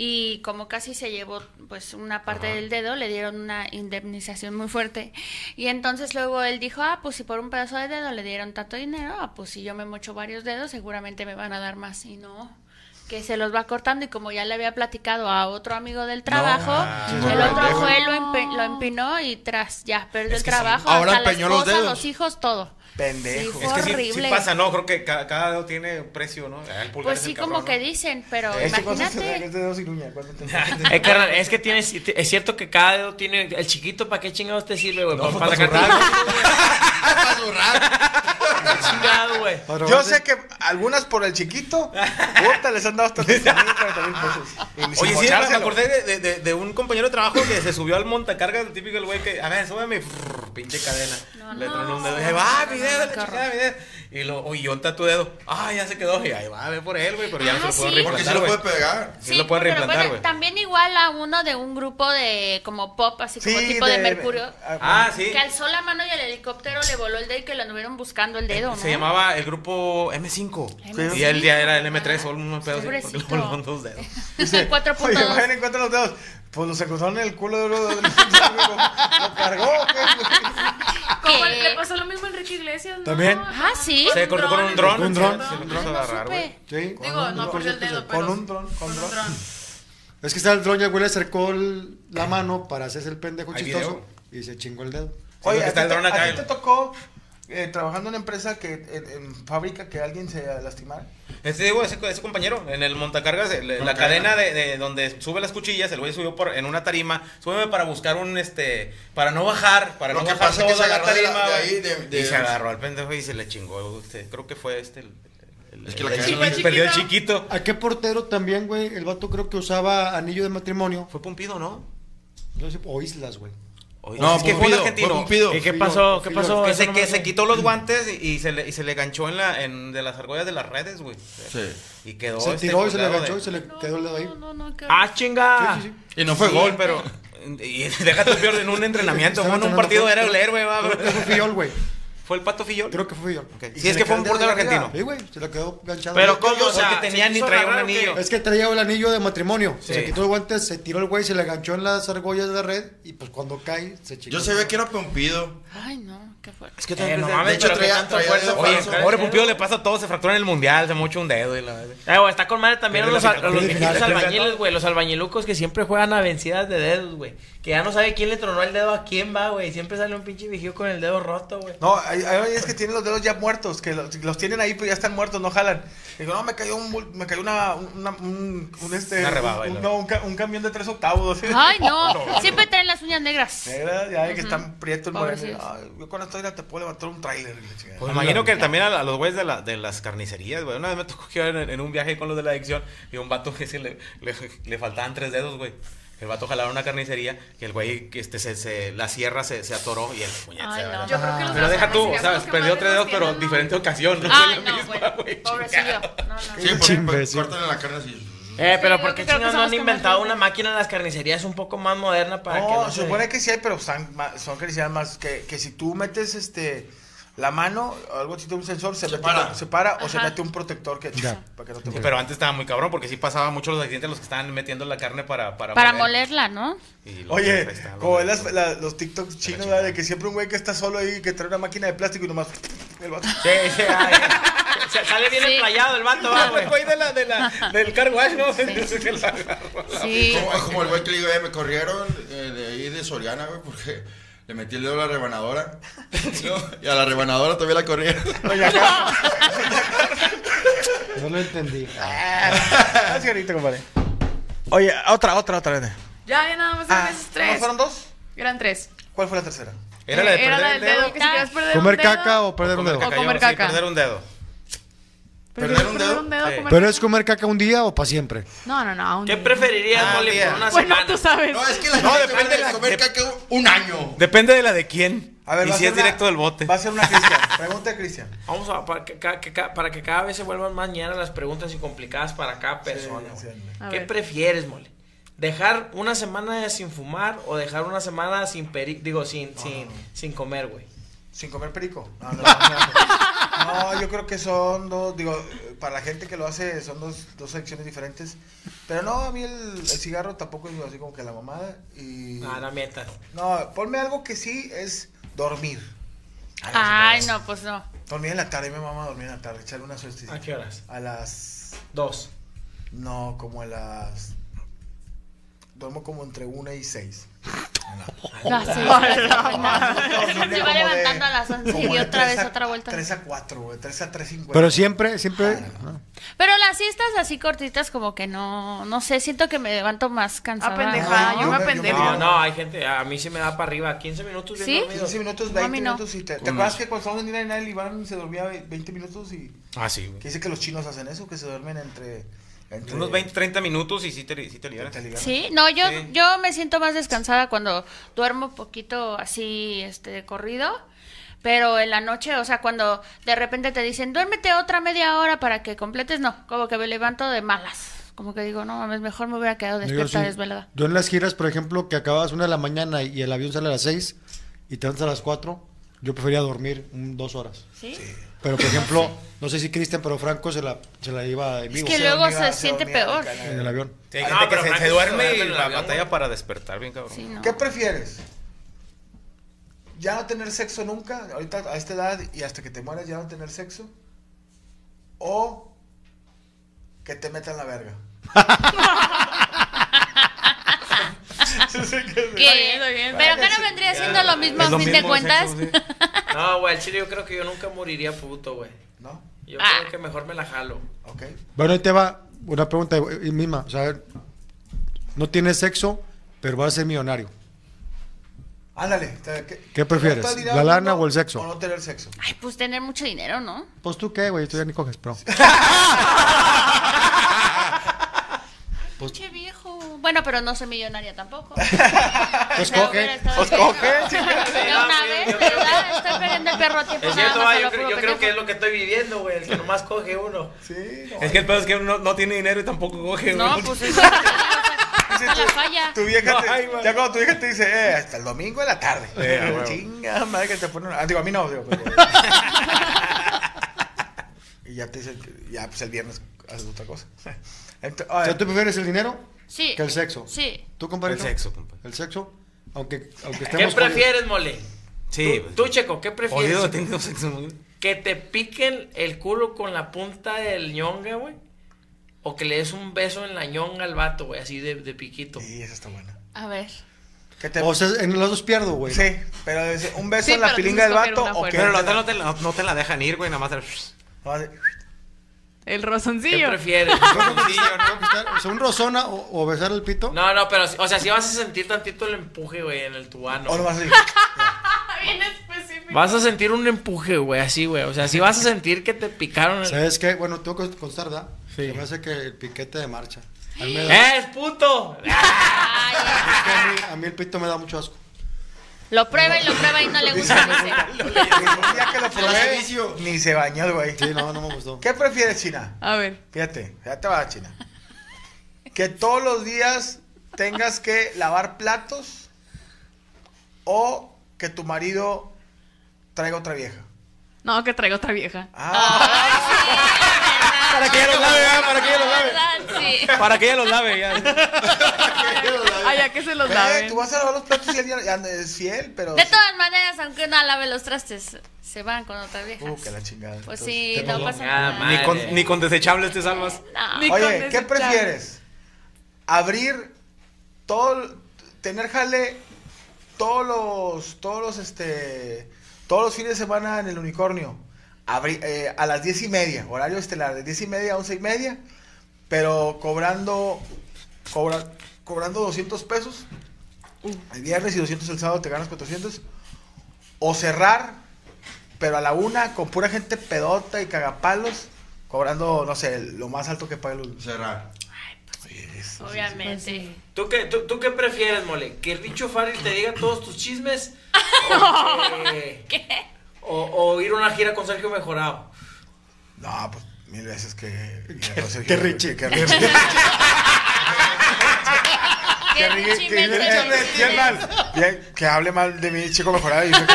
Speaker 2: y como casi se llevó pues una parte del dedo le dieron una indemnización muy fuerte y entonces luego él dijo ah pues si por un pedazo de dedo le dieron tanto dinero ah pues si yo me mocho varios dedos seguramente me van a dar más y no que se los va cortando y como ya le había platicado a otro amigo del trabajo,
Speaker 6: manches,
Speaker 2: el
Speaker 6: no,
Speaker 2: otro
Speaker 6: pendejo.
Speaker 2: fue lo, empe- lo empinó y tras ya perdió
Speaker 4: Es
Speaker 2: el
Speaker 4: que sí.
Speaker 2: trabajo,
Speaker 6: Ahora
Speaker 2: hasta la
Speaker 6: empeñó los
Speaker 2: esposa,
Speaker 6: dedos.
Speaker 2: los hijos, todo.
Speaker 3: Pendejo.
Speaker 2: Sí,
Speaker 4: Es que sí- sí,
Speaker 2: horrible.
Speaker 4: pasa, ¿no? Creo que ca- cada dedo tiene precio, ¿no? El pulgar
Speaker 2: Pues
Speaker 4: es
Speaker 2: sí,
Speaker 4: el cabrón,
Speaker 2: como
Speaker 4: ¿no?
Speaker 2: que dicen, pero
Speaker 3: Este cosa es
Speaker 2: imagínate.
Speaker 3: de dos y uña, ¿cuánto te-
Speaker 2: [LAUGHS]
Speaker 1: Eh, carnal, es que tienes, es cierto que cada dedo tiene, el chiquito, ¿para qué chingados te sirve, güey? para, para sacarte
Speaker 4: [LAUGHS]
Speaker 6: Para zurrar.
Speaker 1: chingado, güey.
Speaker 5: Para
Speaker 3: Yo
Speaker 5: robarte-
Speaker 3: sé que algunas por el
Speaker 4: [LAUGHS]
Speaker 3: chiquito, puta, les han dado hasta 30 mil, 40 mil pesos. Y sin
Speaker 4: Oye, sí, me- me
Speaker 3: mochárselo.
Speaker 4: acordé de, de- de- de un compañero de trabajo que se subió al montacargas, el típico el güey que, a ver, súbeme, [LAUGHS] y frrr, pinche cadena. Le tronó un dedo, dije, va, mi dedo, la chingada, mi dedo. Y lo, oye, ¿dónde está tu dedo? Ah, ya se quedó, y ahí va, ve por él, güey, pero ya no
Speaker 2: Ah,
Speaker 4: se lo puedo
Speaker 6: Porque
Speaker 2: sí.
Speaker 6: si
Speaker 4: reimplantar,
Speaker 6: lo
Speaker 4: güey.
Speaker 6: puede pegar.
Speaker 4: Sí, lo puede
Speaker 2: pero
Speaker 4: reimplantar,
Speaker 2: bueno,
Speaker 4: güey.
Speaker 2: También igual a uno de un grupo de como pop, así como tipo de, Mercurio.
Speaker 4: Ah, sí.
Speaker 2: Que alzó la mano y el helicóptero le voló el dedo y que lo anduvieron buscando el dedo, ¿no?
Speaker 4: Eh, Se
Speaker 2: [LAUGHS]
Speaker 4: llamaba el grupo M5.
Speaker 2: M5.
Speaker 4: Y él ya era el M3, solo un pedo, así, porque le
Speaker 2: Ah, Pobrecito.
Speaker 4: volaron dos
Speaker 2: [LAUGHS]
Speaker 4: dedos.
Speaker 3: Dice, [LAUGHS] Oye,
Speaker 2: 4.2.
Speaker 3: vayan en cuatro los dedos. Pues los encontraron en el culo de uno de los [LAUGHS] ¿Lo cargó? o qué?
Speaker 7: Como
Speaker 2: ¿Qué?
Speaker 7: le pasó lo mismo a Enrique Iglesias, ¿no?
Speaker 3: También.
Speaker 2: Ah, sí.
Speaker 4: Se cortó con un dron.
Speaker 5: Un
Speaker 4: se-
Speaker 5: dron.
Speaker 4: Se lo
Speaker 2: Ah,
Speaker 4: quiso
Speaker 2: no
Speaker 4: agarrar, güey.
Speaker 2: supe.
Speaker 5: Sí, con
Speaker 7: Digo,
Speaker 5: un-
Speaker 7: no perdió el dedo, pero.
Speaker 3: Con un dron, con
Speaker 7: un
Speaker 3: dron.
Speaker 5: Es que está el dron y el güey le acercó el- la mano para hacerse el pendejo
Speaker 4: Hay
Speaker 5: chistoso
Speaker 4: video.
Speaker 5: y se chingó el dedo.
Speaker 3: Oye,
Speaker 4: que
Speaker 3: ¿a
Speaker 4: está el
Speaker 3: ti te-
Speaker 4: dron acá,
Speaker 3: ¿a ti
Speaker 4: el-
Speaker 3: te tocó eh, trabajando en una empresa que en, en fábrica que alguien se lastimara?
Speaker 4: Este digo, ese, ese compañero, en el montacargas, el- la cadena de, de donde sube las cuchillas, el güey subió por, en una tarima, súbeme para buscar un, este, para no bajar, para
Speaker 6: Lo
Speaker 4: no
Speaker 6: que
Speaker 4: bajar
Speaker 6: pasa es que
Speaker 4: toda
Speaker 6: se
Speaker 4: la
Speaker 6: agarró de la-
Speaker 4: tarima,
Speaker 6: de
Speaker 4: güey.
Speaker 6: ahí, de-
Speaker 4: Y
Speaker 6: de-
Speaker 4: se agarró al pendejo y se le chingó, este, creo que fue este, el, el-
Speaker 6: Es que la
Speaker 4: el-
Speaker 6: cadena
Speaker 4: el-
Speaker 6: no es-
Speaker 4: perdió el chiquito.
Speaker 5: ¿A qué portero también, güey? El vato creo que usaba anillo de matrimonio.
Speaker 4: Fue Pumpido, ¿no?
Speaker 5: No sé, o islas, güey.
Speaker 4: Oye,
Speaker 6: No,
Speaker 4: es que fue un
Speaker 6: Pumpido,
Speaker 4: argentino.
Speaker 6: fue Pumpido.
Speaker 1: ¿Y qué pasó? ¿Qué pasó?
Speaker 4: Que
Speaker 1: Eso
Speaker 4: se,
Speaker 1: no
Speaker 4: que
Speaker 1: me
Speaker 4: se
Speaker 1: sé.
Speaker 4: quitó los guantes y, y se le, y se le ganchó en la, en, de las argollas de las redes, güey.
Speaker 6: Sí.
Speaker 4: Y quedó.
Speaker 5: Se
Speaker 4: este,
Speaker 5: tiró y se le
Speaker 4: colgado
Speaker 5: agachó
Speaker 4: de-
Speaker 5: y se le quedó el dedo ahí.
Speaker 2: No, no, no, qué
Speaker 1: ¡Ah, chinga!
Speaker 5: Sí, sí, sí.
Speaker 6: Y no fue
Speaker 4: Sí,
Speaker 6: gol.
Speaker 4: pero. Y [LAUGHS] deja tu peor en un [LAUGHS] entrenamiento,
Speaker 5: Estaba
Speaker 4: bueno, en un
Speaker 5: entrenando
Speaker 4: partido
Speaker 5: fútbol.
Speaker 4: era el héroe, va,
Speaker 5: Creo que
Speaker 4: bro.
Speaker 5: fue Fillol, güey.
Speaker 4: Fue el pato Fillol.
Speaker 5: Creo que fue Fillol.
Speaker 4: Ok.
Speaker 5: Y
Speaker 4: Sí,
Speaker 5: se
Speaker 4: es
Speaker 5: le
Speaker 4: que
Speaker 5: quedó
Speaker 4: fue un
Speaker 5: el dedo
Speaker 4: portero
Speaker 5: arriba.
Speaker 4: argentino.
Speaker 5: Sí, güey, se le quedó ganchado.
Speaker 1: Pero ¿cómo? O
Speaker 4: Porque
Speaker 1: sea,
Speaker 4: tenía
Speaker 1: ¿se
Speaker 4: ni
Speaker 1: quiso
Speaker 4: traía
Speaker 1: agarrar
Speaker 4: un
Speaker 1: o qué?
Speaker 4: anillo.
Speaker 5: Es que traía el anillo de matrimonio.
Speaker 4: Sí.
Speaker 5: Se quitó el guante, se tiró el güey, se le ganchó en las argollas de la red y pues cuando cae se chingó.
Speaker 6: Yo sabía que era Pompido.
Speaker 2: Ay, no, qué fuerte.
Speaker 4: Es que
Speaker 1: Eh, no
Speaker 4: pensé-
Speaker 1: mames,
Speaker 6: de hecho,
Speaker 1: pero
Speaker 6: traía-
Speaker 1: qué tanta
Speaker 6: traía
Speaker 1: fuerza.
Speaker 6: dedo
Speaker 4: Oye,
Speaker 6: falso.
Speaker 4: pobre Pumpido le pasa todo, se fractura en el mundial, se mocha un dedo y la
Speaker 1: Ah, güey, está con madre también a
Speaker 4: Pierde
Speaker 1: los,
Speaker 4: la
Speaker 1: a- a los
Speaker 5: cicatriz.
Speaker 1: pinches
Speaker 5: Pierde la
Speaker 1: albañiles, güey. Los albañilucos que siempre juegan a vencidas de dedos, güey. Que ya no sabe quién le tronó el dedo a quién va, güey. Siempre sale un pinche vigío con el dedo roto, güey.
Speaker 3: No, hay, hay güeyes que tienen los dedos ya muertos, que los, los tienen ahí, pero ya están muertos, no jalan. Digo, no, me cayó un, bul- me cayó una, una- un, un, este,
Speaker 4: Una rebaba,
Speaker 3: un,
Speaker 4: y
Speaker 3: un-
Speaker 4: luego.
Speaker 3: no, un ca- un camión de tres octavos. [LAUGHS]
Speaker 2: Ay, no. Siempre traen las uñas negras.
Speaker 3: Negra, ya de que están prietos, morenos.
Speaker 2: Pobrecitos.
Speaker 3: Ay, Yo con esta ira te puedo levantar un tráiler. y la chingada.
Speaker 4: Pues imagino que también a, la- a los güeyes de, la- de las carnicerías, güey. Una vez me tocó que iba en, en un viaje con los de la adicción y un vato [LAUGHS] que se le, le, le faltaban tres dedos, güey. El vato jalaba una carnicería que el güey, que este, se, se- la sierra se, se atoró y el puñet se
Speaker 2: Ay,
Speaker 4: valió.
Speaker 2: no.
Speaker 7: Yo creo que los
Speaker 4: Pero deja tú,
Speaker 7: brasileños
Speaker 4: ¿sabes?
Speaker 7: que
Speaker 4: Perdió
Speaker 7: más
Speaker 4: tres dedos,
Speaker 7: tienen,
Speaker 4: pero
Speaker 7: ¿no?
Speaker 4: diferente ocasión. No fue
Speaker 2: Ay,
Speaker 4: la
Speaker 2: no,
Speaker 4: misma,
Speaker 2: bueno.
Speaker 4: güey.
Speaker 2: Pobrecillo.
Speaker 4: chingado.
Speaker 2: No, no.
Speaker 6: Sí,
Speaker 5: Pinche
Speaker 6: porque
Speaker 4: pues,
Speaker 5: imbécil.
Speaker 6: cortan la carne así.
Speaker 1: Eh, pero
Speaker 7: Sí,
Speaker 1: ¿por qué
Speaker 7: yo creo que
Speaker 1: chingados no
Speaker 7: son los
Speaker 1: han
Speaker 7: que más
Speaker 1: inventado
Speaker 7: venden.
Speaker 1: una máquina en las carnicerías un poco más moderna para que
Speaker 3: No,
Speaker 1: no
Speaker 3: se
Speaker 1: [LAUGHS]
Speaker 3: supone que sí hay, pero están ma- son carnicerías más que, que si tú metes este la mano, algo así de un sensor, se,
Speaker 6: Se
Speaker 3: mete-
Speaker 6: para.
Speaker 3: se para o se
Speaker 2: Ajá.
Speaker 3: mete un protector que,
Speaker 5: Ya.
Speaker 3: para que no te
Speaker 4: Pero antes estaba muy cabrón porque sí pasaba mucho los accidentes los que estaban metiendo la carne para para,
Speaker 2: Para molerla, ¿no?
Speaker 4: Y los-
Speaker 3: Oye,
Speaker 4: ahí está,
Speaker 3: como
Speaker 4: los-
Speaker 3: ves las- la- los TikToks chinos, ¿verdad? de que siempre un güey que está solo ahí, que trae una máquina de plástico y nomás el vato.
Speaker 1: Sí, sí, ay, ay. Se- Sale bien
Speaker 2: Sí.
Speaker 1: emplayado el vato, va,
Speaker 7: [LAUGHS]
Speaker 1: güey.
Speaker 4: El
Speaker 3: [LAUGHS]
Speaker 4: güey de la, de la, del car wash, ¿no? Que la agarró.
Speaker 2: Sí.
Speaker 6: Como, es como el güey que le digo, eh, me corrieron eh, de ahí de Soriana, güey, porque le metí el dedo a la rebanadora. ¿no? Y a la rebanadora todavía la corrieron.
Speaker 3: Oye, acá.
Speaker 5: [LAUGHS] No lo entendí.
Speaker 3: Ah, cigarrito, compadre. Oye, otra, otra, otra. Vene.
Speaker 7: Ya, ya nada más eran
Speaker 3: Ah,
Speaker 7: esos
Speaker 3: ¿no
Speaker 7: tres.
Speaker 3: fueron dos?
Speaker 7: Eran tres.
Speaker 3: ¿Cuál fue la tercera?
Speaker 4: Era la de
Speaker 7: Eh,
Speaker 4: perder
Speaker 7: la
Speaker 4: el
Speaker 7: del
Speaker 4: dedo.
Speaker 7: dedo, que si quieres pues. perder
Speaker 5: ¿Comer
Speaker 7: un dedo,
Speaker 5: caca o perder un dedo?
Speaker 7: caca. comer
Speaker 4: yo, sí,
Speaker 7: caca.
Speaker 4: perder un dedo.
Speaker 7: prefieres
Speaker 6: ¿Perder un
Speaker 7: perder
Speaker 6: dedo?
Speaker 7: un dedo o
Speaker 4: Sí.
Speaker 7: comer
Speaker 5: ¿Pero
Speaker 7: caca?
Speaker 5: es comer caca un día o para siempre?
Speaker 7: No, no, no. un
Speaker 1: ¿Qué
Speaker 7: dedo.
Speaker 1: preferirías,
Speaker 4: Ah,
Speaker 1: Mole,
Speaker 4: mira.
Speaker 1: por una
Speaker 7: Bueno,
Speaker 1: semana?
Speaker 7: tú sabes.
Speaker 6: No, es que la
Speaker 3: [LAUGHS]
Speaker 4: No,
Speaker 6: gente
Speaker 4: depende
Speaker 6: debe
Speaker 4: de la-
Speaker 6: comer
Speaker 4: de-
Speaker 6: caca un año.
Speaker 4: Depende de la de quién. y
Speaker 3: va
Speaker 4: si
Speaker 3: ser
Speaker 4: es
Speaker 3: una-
Speaker 4: directo del bote.
Speaker 3: Va a ser una
Speaker 4: [LAUGHS]
Speaker 3: Cristian. Pregunta a Cristian.
Speaker 1: Vamos a para que, ca- que ca- para que cada vez se vuelvan más ñanas las preguntas y complicadas para cada persona.
Speaker 3: sí,
Speaker 1: güey.
Speaker 3: sí.
Speaker 7: A
Speaker 1: ¿Qué
Speaker 7: ver.
Speaker 1: prefieres, mole? ¿Dejar una semana sin fumar o dejar una semana sin peri digo sin sin sin comer, güey?
Speaker 3: Sin comer perico. No, no, no, no. No, yo creo que son dos, digo, eh, para la gente que lo hace son dos, dos secciones diferentes. Pero no, a mí el, el cigarro tampoco es así como que la mamada. Y...
Speaker 1: Ah, no mientas.
Speaker 3: No, ponme algo que sí es dormir.
Speaker 2: Ay, no, pues no.
Speaker 3: Dormir en la tarde, mi mamá dormir en la tarde, echar una suerte.
Speaker 1: ¿A qué horas?
Speaker 3: A las
Speaker 1: Dos.
Speaker 3: No, como a las. Duermo como entre una y seis.
Speaker 2: No, sí. [LAUGHS] Se va levantando a las 11 y otra vez otra vuelta.
Speaker 3: 3 a 4, güey. 3 a 3, 50.
Speaker 5: Pero siempre, siempre. ah,
Speaker 2: Pero las siestas así cortitas como que no, no sé, siento que me levanto más cansada.
Speaker 7: Apendejada,
Speaker 6: no,
Speaker 7: Ah, yo
Speaker 6: yo
Speaker 7: me
Speaker 6: me- yo
Speaker 7: apendejo.
Speaker 1: No, no, hay gente, a mí sí me da para arriba, 15 minutos bien
Speaker 2: ¿Sí?
Speaker 1: dormido.
Speaker 3: 15 minutos,
Speaker 2: No, a
Speaker 3: 20
Speaker 2: mí no.
Speaker 3: minutos. Y te, ¿Te acuerdas que cuando estábamos en Nina y Iván se dormía ve- 20 minutos? Y
Speaker 4: Ah, sí, güey.
Speaker 3: que dice que los chinos hacen eso, que se duermen entre. entre
Speaker 4: Unos 20, 30 minutos y sí te, sí te liberas.
Speaker 3: te liberan.
Speaker 2: Sí, no, yo,
Speaker 4: Sí.
Speaker 2: yo me siento más descansada cuando duermo poquito así, este, de corrido. Pero en la noche, o sea, cuando de repente te dicen, duérmete otra media hora para que completes, no, como que me levanto de malas. Como que digo, no mames, mejor me hubiera quedado
Speaker 5: yo
Speaker 2: despierta
Speaker 5: sí.
Speaker 2: desvelada.
Speaker 5: Yo en las giras, por ejemplo, que acabas una de la mañana y el avión sale a las 6 y te vas a las 4, yo prefería dormir mm, dos horas.
Speaker 2: ¿Sí?
Speaker 5: Pero, por ejemplo, no sé si Cristian, pero Franco se la, se la iba en
Speaker 2: Es
Speaker 5: vivo.
Speaker 2: que
Speaker 3: Se
Speaker 2: luego
Speaker 3: dormía-
Speaker 2: se siente
Speaker 3: dormía
Speaker 2: peor.
Speaker 3: en el-
Speaker 5: En el avión.
Speaker 3: Ah,
Speaker 4: Sí, hay gente
Speaker 1: No,
Speaker 4: que
Speaker 1: pero
Speaker 4: se- se,
Speaker 1: Franco se
Speaker 4: duerme
Speaker 1: duerme
Speaker 4: y
Speaker 1: en el
Speaker 4: la
Speaker 1: avión,
Speaker 4: batalla
Speaker 1: güey.
Speaker 4: para despertar, bien cabrón.
Speaker 2: Sí, no.
Speaker 3: ¿Qué prefieres? ¿Ya no tener sexo nunca? Ahorita a esta edad y hasta que te mueras ya no tener sexo. ¿O que te metan la verga?
Speaker 2: ¿Qué?
Speaker 7: está bien.
Speaker 2: Pero acá no vendría siendo lo mismo
Speaker 4: Es
Speaker 2: a
Speaker 4: lo
Speaker 2: fin de
Speaker 4: mismo el
Speaker 2: cuentas.
Speaker 4: sexo, sí.
Speaker 1: No, güey, al chile yo creo que yo nunca moriría puto, güey.
Speaker 3: ¿No?
Speaker 1: Yo
Speaker 2: Ah.
Speaker 1: creo que mejor me la jalo.
Speaker 3: ¿Ok?
Speaker 5: Bueno, ahí te va una pregunta eh, misma. O sea, no tienes sexo, pero vas a ser millonario.
Speaker 3: Ándale. te- ¿Qué,
Speaker 5: ¿Qué prefieres,
Speaker 3: actualidad
Speaker 5: la lana
Speaker 3: uno
Speaker 5: o el sexo?
Speaker 3: O no tener sexo.
Speaker 2: [LAUGHS] Ay, pues tener mucho dinero, ¿no?
Speaker 5: Pues tú qué, güey, tú ya ni coges, pero.
Speaker 2: Pinche viejo. Bueno, pero no soy millonaria tampoco.
Speaker 5: Pues
Speaker 2: Pero
Speaker 5: coge.
Speaker 2: hubiera estado
Speaker 3: Pues
Speaker 2: bien.
Speaker 3: coge,
Speaker 2: [LAUGHS] De una vez, ¿verdad? Estoy perdiendo el perro a tiempo.
Speaker 1: Es
Speaker 2: nada
Speaker 1: cierto,
Speaker 2: más
Speaker 1: va,
Speaker 2: a
Speaker 1: yo,
Speaker 2: lo
Speaker 1: creo,
Speaker 2: puro
Speaker 1: yo creo que es
Speaker 2: pendejo.
Speaker 1: lo que estoy viviendo, güey, el que nomás coge uno.
Speaker 3: Sí, no.
Speaker 4: Es que el pedo es que uno no tiene dinero y tampoco coge.
Speaker 2: No,
Speaker 4: güey.
Speaker 2: pues eso. es la
Speaker 3: tu-
Speaker 2: falla.
Speaker 3: Tu vieja
Speaker 4: No
Speaker 3: te,
Speaker 4: hay, güey.
Speaker 3: ya cuando tu vieja te dice, eh, hasta el domingo de la tarde.
Speaker 4: Eh, a huevo.
Speaker 3: Chinga, madre que te ponen. Ah, digo, a mí no, digo,
Speaker 4: [LAUGHS]
Speaker 3: pero- y ya te dicen, que- ya pues el viernes haces otra
Speaker 4: [LAUGHS]
Speaker 3: cosa. Ento- a
Speaker 5: O
Speaker 3: ver,
Speaker 5: sea, tú prefieres el dinero
Speaker 2: Sí.
Speaker 5: que el sexo.
Speaker 2: Sí.
Speaker 5: ¿Tú, compadre?
Speaker 4: El sexo, compadre.
Speaker 5: El sexo, aunque, aunque
Speaker 1: ¿Qué
Speaker 5: estemos.
Speaker 1: prefieres, mole?
Speaker 4: Sí,
Speaker 1: Tú,
Speaker 4: pues,
Speaker 1: tú, Checo, ¿qué prefieres?
Speaker 4: jodido, tengo sexo. güey.
Speaker 1: ¿Que te piquen el culo con la punta del ñonga, güey? ¿O que le des un beso en la ñonga al vato, güey, así de, de piquito?
Speaker 3: Sí, esa está buena.
Speaker 2: A ver.
Speaker 3: Que te-
Speaker 5: O sea, en los dos pierdo, güey.
Speaker 3: sí, pero es un beso
Speaker 7: Sí,
Speaker 3: en la
Speaker 7: pero tienes
Speaker 3: pilinga del
Speaker 7: que coger
Speaker 3: vato
Speaker 7: una
Speaker 3: o que
Speaker 7: fuerte.
Speaker 4: Pero la otra no te, la, no te la dejan ir, güey, nada más. te-
Speaker 3: No, así-
Speaker 7: El
Speaker 1: ¿Qué
Speaker 7: rozoncillo.
Speaker 1: prefieres?
Speaker 4: [LAUGHS]
Speaker 5: O sea, un rozona o, o besar el pito.
Speaker 1: No, no, pero, o sea, si vas a sentir tantito el empuje, güey, en el tubano.
Speaker 3: O nomás así.
Speaker 7: Bien específico.
Speaker 1: Vas a sentir un empuje, güey, así, güey. O sea, si vas a sentir que te picaron el...
Speaker 5: ¿Sabes qué? Bueno, tengo que constar, ¿verdad?
Speaker 1: Sí.
Speaker 5: Se me hace que el piquete de marcha. A mí, me da-
Speaker 1: ¡Eh, es puto!
Speaker 2: Ay,
Speaker 5: es que a mí- a mí el pito me da mucho asco.
Speaker 2: lo prueba y lo prueba y no le gusta, dice.
Speaker 3: Un día que lo
Speaker 6: Se le hace vicio.
Speaker 3: probé, ni se bañó el güey.
Speaker 5: Sí, no, no me gustó.
Speaker 3: ¿Qué prefieres, China?
Speaker 7: A ver.
Speaker 3: Fíjate, ya te va China. Que todos los días tengas que lavar platos o que tu marido traiga otra vieja.
Speaker 7: No, que traigo otra vieja.
Speaker 3: para que ya lo lave, para que ya
Speaker 2: La verdad, sí.
Speaker 4: [LAUGHS] Para que ella los lave, ya.
Speaker 7: Ay, ya que se los laven.
Speaker 3: tú vas a lavar los platos y él ya, ya es fiel, pero...
Speaker 2: De todas maneras, aunque una lave los trastes, se van con otra vieja.
Speaker 3: Uh, que la chingada.
Speaker 2: Pues
Speaker 3: Entonces,
Speaker 2: sí,
Speaker 3: ¿qué
Speaker 2: no
Speaker 3: pasó?
Speaker 2: pasa
Speaker 1: Nada
Speaker 2: nada.
Speaker 1: más.
Speaker 4: Ni con, ni con desechables te salvas.
Speaker 2: No.
Speaker 7: Ni con
Speaker 3: Oye, ¿qué
Speaker 7: desechable.
Speaker 3: prefieres? Abrir todo, tener jale todos los, todos los, este, todos los fines de semana en el unicornio. Abri- eh, a las diez y media, horario estelar, de diez y media a once y media, pero cobrando, cobra- cobrando 200 pesos
Speaker 7: Mm.
Speaker 3: el viernes y 200 el sábado te ganas 400. O cerrar, pero a la una con pura gente pedota y cagapalos, cobrando, no sé, lo más alto que pague el
Speaker 6: Cerrar.
Speaker 2: Obviamente.
Speaker 1: ¿Tú qué, tú, tú qué prefieres, mole? ¿Que Richo Farrell te diga todos tus chismes? ¿O, que- o, o ir a una gira con Sergio Mejorado?
Speaker 3: No, pues mil veces que.
Speaker 5: [LAUGHS] que Richie.
Speaker 3: Que Richie.
Speaker 2: Qué
Speaker 3: Que- que-
Speaker 2: chismes,
Speaker 3: que-
Speaker 2: qué
Speaker 3: que-
Speaker 2: chismes.
Speaker 3: bien mal, eh, bien, que hable mal de mi chico mejorado. y dice que-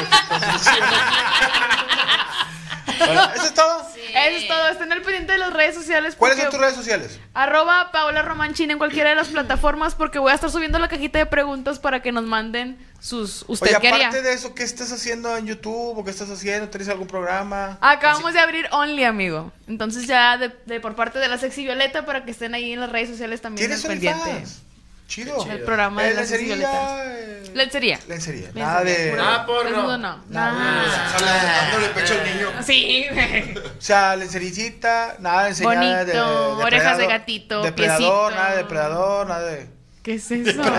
Speaker 3: Bueno, Eso es todo.
Speaker 2: Sí.
Speaker 7: Eso es todo. Estén al pendiente de las redes sociales.
Speaker 3: ¿Cuáles son
Speaker 7: porque-
Speaker 3: tus redes sociales?
Speaker 7: Arroba Paola Romanchina en cualquiera de las plataformas porque voy a estar subiendo la cajita de preguntas para que nos manden sus... ¿Usted
Speaker 3: Oye,
Speaker 7: qué haría?
Speaker 3: aparte de eso, ¿qué estás haciendo en YouTube? ¿O qué estás haciendo? ¿Tienes algún programa?
Speaker 7: Acabamos de abrir Only, amigo. Entonces ya de, de por parte de la Sexy Violeta para que estén ahí en las redes sociales también al
Speaker 3: ¿Tienes
Speaker 7: pendiente.
Speaker 3: OnlyFans? Chido.
Speaker 7: El programa de
Speaker 3: Eh,
Speaker 7: las Sexy Violetas.
Speaker 3: lencería. eh,
Speaker 7: Lencería.
Speaker 3: Lencería. Nada de.
Speaker 1: Ah,
Speaker 7: Nada
Speaker 4: porno.
Speaker 7: no.
Speaker 6: Sale dándole pecho al niño.
Speaker 7: Sí.
Speaker 3: O sea, lencericita, nada de enseñar de, de
Speaker 7: Bonito, orejas de
Speaker 3: depredador-
Speaker 7: gatito,
Speaker 3: depredador,
Speaker 7: piecito.
Speaker 3: nada de depredador, nada de.
Speaker 7: ¿Qué es eso?
Speaker 2: ¿Cómo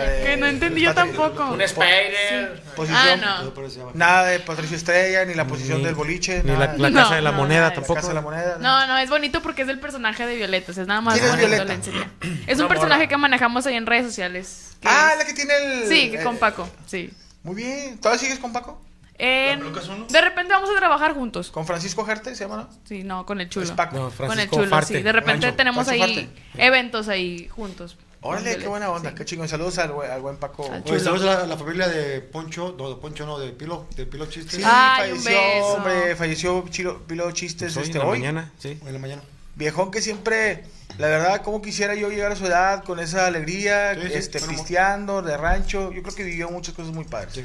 Speaker 3: nada de-
Speaker 7: que no entendí yo
Speaker 3: Patri-
Speaker 7: tampoco.
Speaker 4: Un spider.
Speaker 7: Ah,
Speaker 3: Posición,
Speaker 7: no.
Speaker 3: Nada de Patricio Estrella, ni la posición
Speaker 4: Ni-
Speaker 3: del boliche.
Speaker 4: Ni
Speaker 3: nada
Speaker 4: la,
Speaker 3: de-
Speaker 4: la
Speaker 7: No,
Speaker 4: casa de la
Speaker 7: no,
Speaker 4: moneda
Speaker 7: nada.
Speaker 4: tampoco.
Speaker 3: Casa de la moneda.
Speaker 7: No, no, es bonito porque es el personaje de Violeta. Es nada más
Speaker 3: ¿Quién es
Speaker 7: bonito
Speaker 3: Violeta?
Speaker 7: lencería. Es un
Speaker 4: Una
Speaker 7: personaje
Speaker 4: morra.
Speaker 7: que manejamos ahí en redes sociales. que
Speaker 3: Ah,
Speaker 7: es-
Speaker 3: la que tiene el.
Speaker 7: Sí, que
Speaker 3: eh,
Speaker 7: con Paco, sí.
Speaker 3: Muy bien. ¿Todavía sigues con Paco?
Speaker 7: En-
Speaker 6: peluca es uno?
Speaker 7: de repente vamos a trabajar juntos.
Speaker 3: ¿Con Francisco Gerte se llama, no?
Speaker 7: Sí, no, con el chulo.
Speaker 3: Es Paco.
Speaker 4: No,
Speaker 7: con el
Speaker 4: Francisco
Speaker 7: chulo,
Speaker 4: Farte.
Speaker 7: sí. De repente
Speaker 4: Pancho.
Speaker 7: tenemos
Speaker 3: Pancho
Speaker 7: ahí eventos ahí juntos.
Speaker 3: Órale, qué buena onda,
Speaker 7: Sí.
Speaker 3: qué chingón. Saludos al, buen- al buen Paco.
Speaker 7: Al
Speaker 5: Oye, saludos a la, a la familia de Poncho, no, de Poncho no, de Pilo, de Pilo Chistes.
Speaker 3: Sí,
Speaker 7: Ay, un
Speaker 3: falleció,
Speaker 7: beso.
Speaker 3: hombre, falleció Chilo, Pilo Chistes
Speaker 4: Pues Hoy en
Speaker 3: este,
Speaker 4: la
Speaker 3: hoy.
Speaker 4: mañana, sí.
Speaker 5: En la mañana.
Speaker 3: Viejón que siempre, la verdad, como quisiera yo llegar a su edad con esa alegría,
Speaker 5: Sí, sí,
Speaker 3: este,
Speaker 5: pero-
Speaker 3: pisteando, de rancho. Yo creo que vivió muchas cosas muy padres.
Speaker 5: Sí.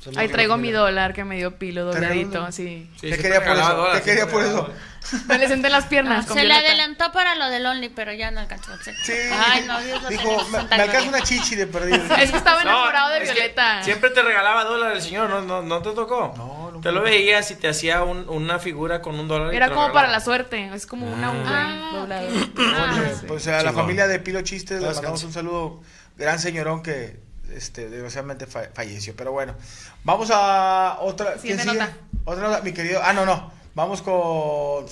Speaker 5: Saludos a
Speaker 7: Ahí
Speaker 5: la
Speaker 7: traigo mi
Speaker 5: familia.
Speaker 7: dólar que me dio pilo
Speaker 3: Traigo
Speaker 7: dobladito,
Speaker 3: uno.
Speaker 7: así.
Speaker 4: Sí,
Speaker 3: te
Speaker 4: sí,
Speaker 3: quería
Speaker 4: me
Speaker 3: por
Speaker 4: regalaba
Speaker 3: eso,
Speaker 4: dólares,
Speaker 3: te quería
Speaker 4: me
Speaker 3: por
Speaker 4: regalaba
Speaker 3: eso.
Speaker 7: Me le senté en las piernas. con
Speaker 2: Se le
Speaker 7: Violeta.
Speaker 2: adelantó para lo del Only, pero ya no alcanzó. a hacer.
Speaker 3: Sí,
Speaker 2: Ay, no, Dios lo tenga
Speaker 3: dijo,
Speaker 2: en su
Speaker 3: me,
Speaker 2: santa
Speaker 3: me alcanza
Speaker 2: gloria".
Speaker 3: una chichi de perdido.
Speaker 2: [LAUGHS]
Speaker 7: Es que estaba
Speaker 4: No,
Speaker 7: enamorado de
Speaker 4: es que
Speaker 7: Violeta.
Speaker 4: Siempre te regalaba dólares el señor, ¿no, no, no te tocó?
Speaker 3: No, no
Speaker 4: Te lo veías y te hacía un- una figura con un dólar. y
Speaker 7: Era
Speaker 4: te lo
Speaker 7: como para
Speaker 4: regalaba.
Speaker 7: la suerte. Es como una V
Speaker 2: Ah,
Speaker 7: doblada.
Speaker 3: Pues a la
Speaker 4: Chingón.
Speaker 3: familia de Pilo Chistes le
Speaker 5: Descanse.
Speaker 3: mandamos un saludo, gran señorón que este, desgraciadamente fa- falleció. Pero bueno, vamos a otra. ¿quién
Speaker 7: Siguiente
Speaker 3: sigue?
Speaker 7: nota.
Speaker 3: Otra nota, mi querido. Ah, no, no. Vamos con.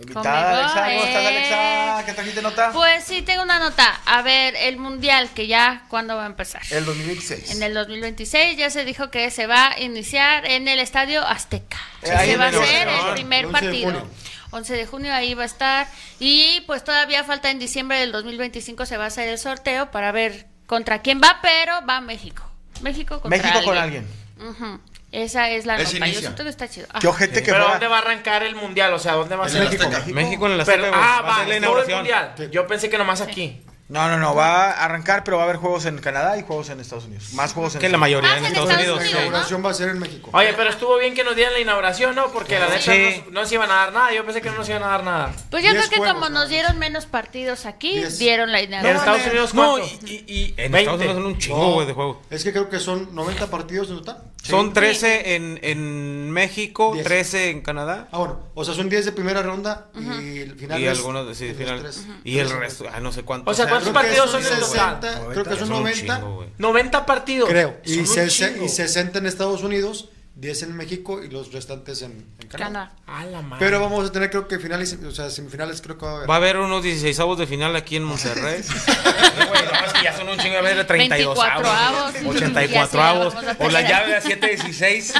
Speaker 3: Invitada,
Speaker 2: Conmigo,
Speaker 3: Alexa. ¿Cómo estás,
Speaker 2: eh.
Speaker 3: Alexa? ¿Qué trajiste nota?
Speaker 2: Pues sí, tengo una nota. A ver, el mundial, que ya, ¿cuándo va a empezar?
Speaker 3: El 2026.
Speaker 2: En el 2026 ya se dijo que se va a iniciar en el Estadio Azteca.
Speaker 3: Eh, ahí
Speaker 2: se va a
Speaker 3: en el
Speaker 2: hacer
Speaker 3: Obregón,
Speaker 2: el primer
Speaker 5: el 11 de
Speaker 2: partido.
Speaker 5: junio.
Speaker 2: 11 de junio ahí va a estar. Y pues todavía falta en diciembre del 2025 se va a hacer el sorteo para ver contra quién va, pero va México. México contra
Speaker 3: México con
Speaker 2: Ujú. Esa es la
Speaker 6: Ese
Speaker 2: nota. Yo
Speaker 6: inicia.
Speaker 2: siento que está chido.
Speaker 3: Qué
Speaker 2: Ajá.
Speaker 3: ojete que
Speaker 4: Pero
Speaker 3: fuera.
Speaker 4: ¿dónde va a arrancar el mundial? O sea, ¿dónde va a
Speaker 6: En
Speaker 4: ser?
Speaker 6: el Azteca.
Speaker 4: México en la
Speaker 1: Pero-
Speaker 4: Azteca, güey.
Speaker 1: ah,
Speaker 4: a
Speaker 1: va,
Speaker 4: ser la
Speaker 1: todo el
Speaker 4: inauguración.
Speaker 1: mundial.
Speaker 5: Sí.
Speaker 4: Yo pensé que nomás aquí.
Speaker 3: No, no, no. Va a arrancar, pero va a haber juegos en Canadá y juegos en Estados Unidos. Más juegos en
Speaker 4: Que la mayoría
Speaker 2: Ah,
Speaker 4: en
Speaker 2: en
Speaker 4: Estados
Speaker 2: Estados
Speaker 4: Unidos.
Speaker 5: La
Speaker 2: Unidos,
Speaker 4: sí.
Speaker 5: inauguración va a ser en México.
Speaker 1: Oye, pero estuvo bien que nos dieran la inauguración, ¿no? Porque la neta
Speaker 3: Sí.
Speaker 1: no, no se iban a dar nada. Yo pensé que no nos iban a dar nada.
Speaker 2: Pues yo
Speaker 5: Diez
Speaker 2: creo que
Speaker 5: juegos,
Speaker 2: como
Speaker 5: nada
Speaker 2: nos dieron menos partidos aquí,
Speaker 5: Diez.
Speaker 2: dieron la
Speaker 1: en
Speaker 2: inauguración.
Speaker 1: Estados Unidos, ¿cuánto?
Speaker 4: y, y-
Speaker 1: En
Speaker 4: en
Speaker 1: Estados Unidos
Speaker 4: Estados Unidos
Speaker 1: son
Speaker 4: son un
Speaker 5: No,
Speaker 4: chingo, güey, de juego.
Speaker 5: Es que creo que son 90 partidos en total.
Speaker 4: Son 13 en, en México,
Speaker 5: Diez.
Speaker 4: 13 en Canadá.
Speaker 5: Ah, bueno. O sea, son 10 de primera ronda y el final
Speaker 4: Y
Speaker 5: es-
Speaker 4: algunos, de- sí,
Speaker 5: los
Speaker 4: final.
Speaker 5: tres.
Speaker 4: Y el
Speaker 5: Tres.
Speaker 4: resto, ah, no sé cuánto.
Speaker 1: O sea, ¿cuántos
Speaker 5: Creo
Speaker 1: par-
Speaker 5: que
Speaker 1: partidos
Speaker 5: son
Speaker 1: son en total?
Speaker 5: 60, creo que son
Speaker 4: Son un
Speaker 5: 90.
Speaker 4: chingo, güey.
Speaker 1: 90 partidos.
Speaker 5: Creo. Y,
Speaker 1: Son un
Speaker 5: se-
Speaker 1: chingo.
Speaker 5: y 60 en Estados Unidos, 10 en México y los restantes en, en Canadá.
Speaker 2: Canadá.
Speaker 1: A la madre.
Speaker 5: Pero vamos a tener creo que finales, o sea, semifinales creo que va a haber.
Speaker 4: Va a haber unos 16 avos de final aquí en
Speaker 5: [LAUGHS]
Speaker 4: Monterrey. Güey, no, es que ya son un chingo de veces de 32
Speaker 2: 24
Speaker 4: avos.
Speaker 2: avos.
Speaker 4: 84
Speaker 2: Ya se la
Speaker 4: avos.
Speaker 2: vamos a
Speaker 4: O la
Speaker 2: pelear.
Speaker 4: llave de 7-16.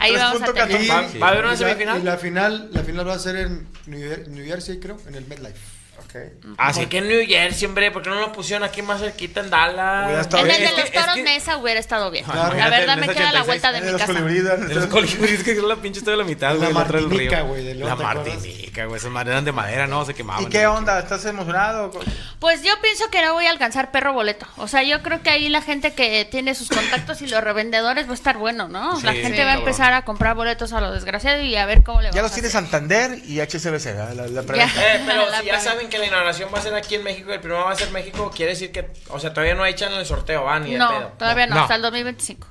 Speaker 2: Ahí vamos a tener.
Speaker 3: 3.14.
Speaker 5: Y-
Speaker 1: ¿Va a haber una
Speaker 5: y la-
Speaker 1: semifinal?
Speaker 5: Y la final, la final va a ser en New, Jer- New Jersey, creo, en el MetLife. Ok.
Speaker 4: Ah,
Speaker 1: ¿Por
Speaker 4: sí.
Speaker 1: qué en New Jersey, hombre? ¿Por qué no lo pusieron aquí más cerquita en Dallas?
Speaker 3: Hubiera estado
Speaker 2: En el de
Speaker 3: Es que-
Speaker 2: los toros Nesa hubiera estado bien.
Speaker 5: Claro.
Speaker 2: la verdad
Speaker 4: En
Speaker 2: me
Speaker 4: ese
Speaker 2: queda la
Speaker 4: 86.
Speaker 2: vuelta de mi casa.
Speaker 4: De los colibríes que son la pinche estoy de la mitad,
Speaker 5: La
Speaker 4: güey. otra del
Speaker 5: Martinica,
Speaker 4: río.
Speaker 5: güey, de León,
Speaker 4: La
Speaker 5: ¿te acuerdas?
Speaker 4: Martinica, güey. Esas madres eran de madera, no, se quemaban.
Speaker 3: ¿Y qué onda? ¿Estás emocionado?
Speaker 2: Pues yo pienso que no voy a alcanzar perro boleto. O sea, yo creo que ahí la gente que tiene sus contactos y los revendedores va a estar bueno, ¿no? la
Speaker 4: Sí,
Speaker 2: gente
Speaker 4: sí,
Speaker 2: va a
Speaker 4: cabrón.
Speaker 2: empezar a comprar boletos a lo desgraciado y a ver cómo le va.
Speaker 3: Ya los tiene Santander y HSBC, la, la, la preventa.
Speaker 2: [LAUGHS]
Speaker 1: Eh, pero
Speaker 2: La
Speaker 1: si ya
Speaker 2: pagué.
Speaker 1: saben que la inauguración va a ser aquí en México y el primero va a ser México, quiere decir que, o sea, todavía no echan el sorteo, van ni de
Speaker 2: No,
Speaker 1: pedo.
Speaker 2: todavía no,
Speaker 4: No.
Speaker 2: hasta el 2025.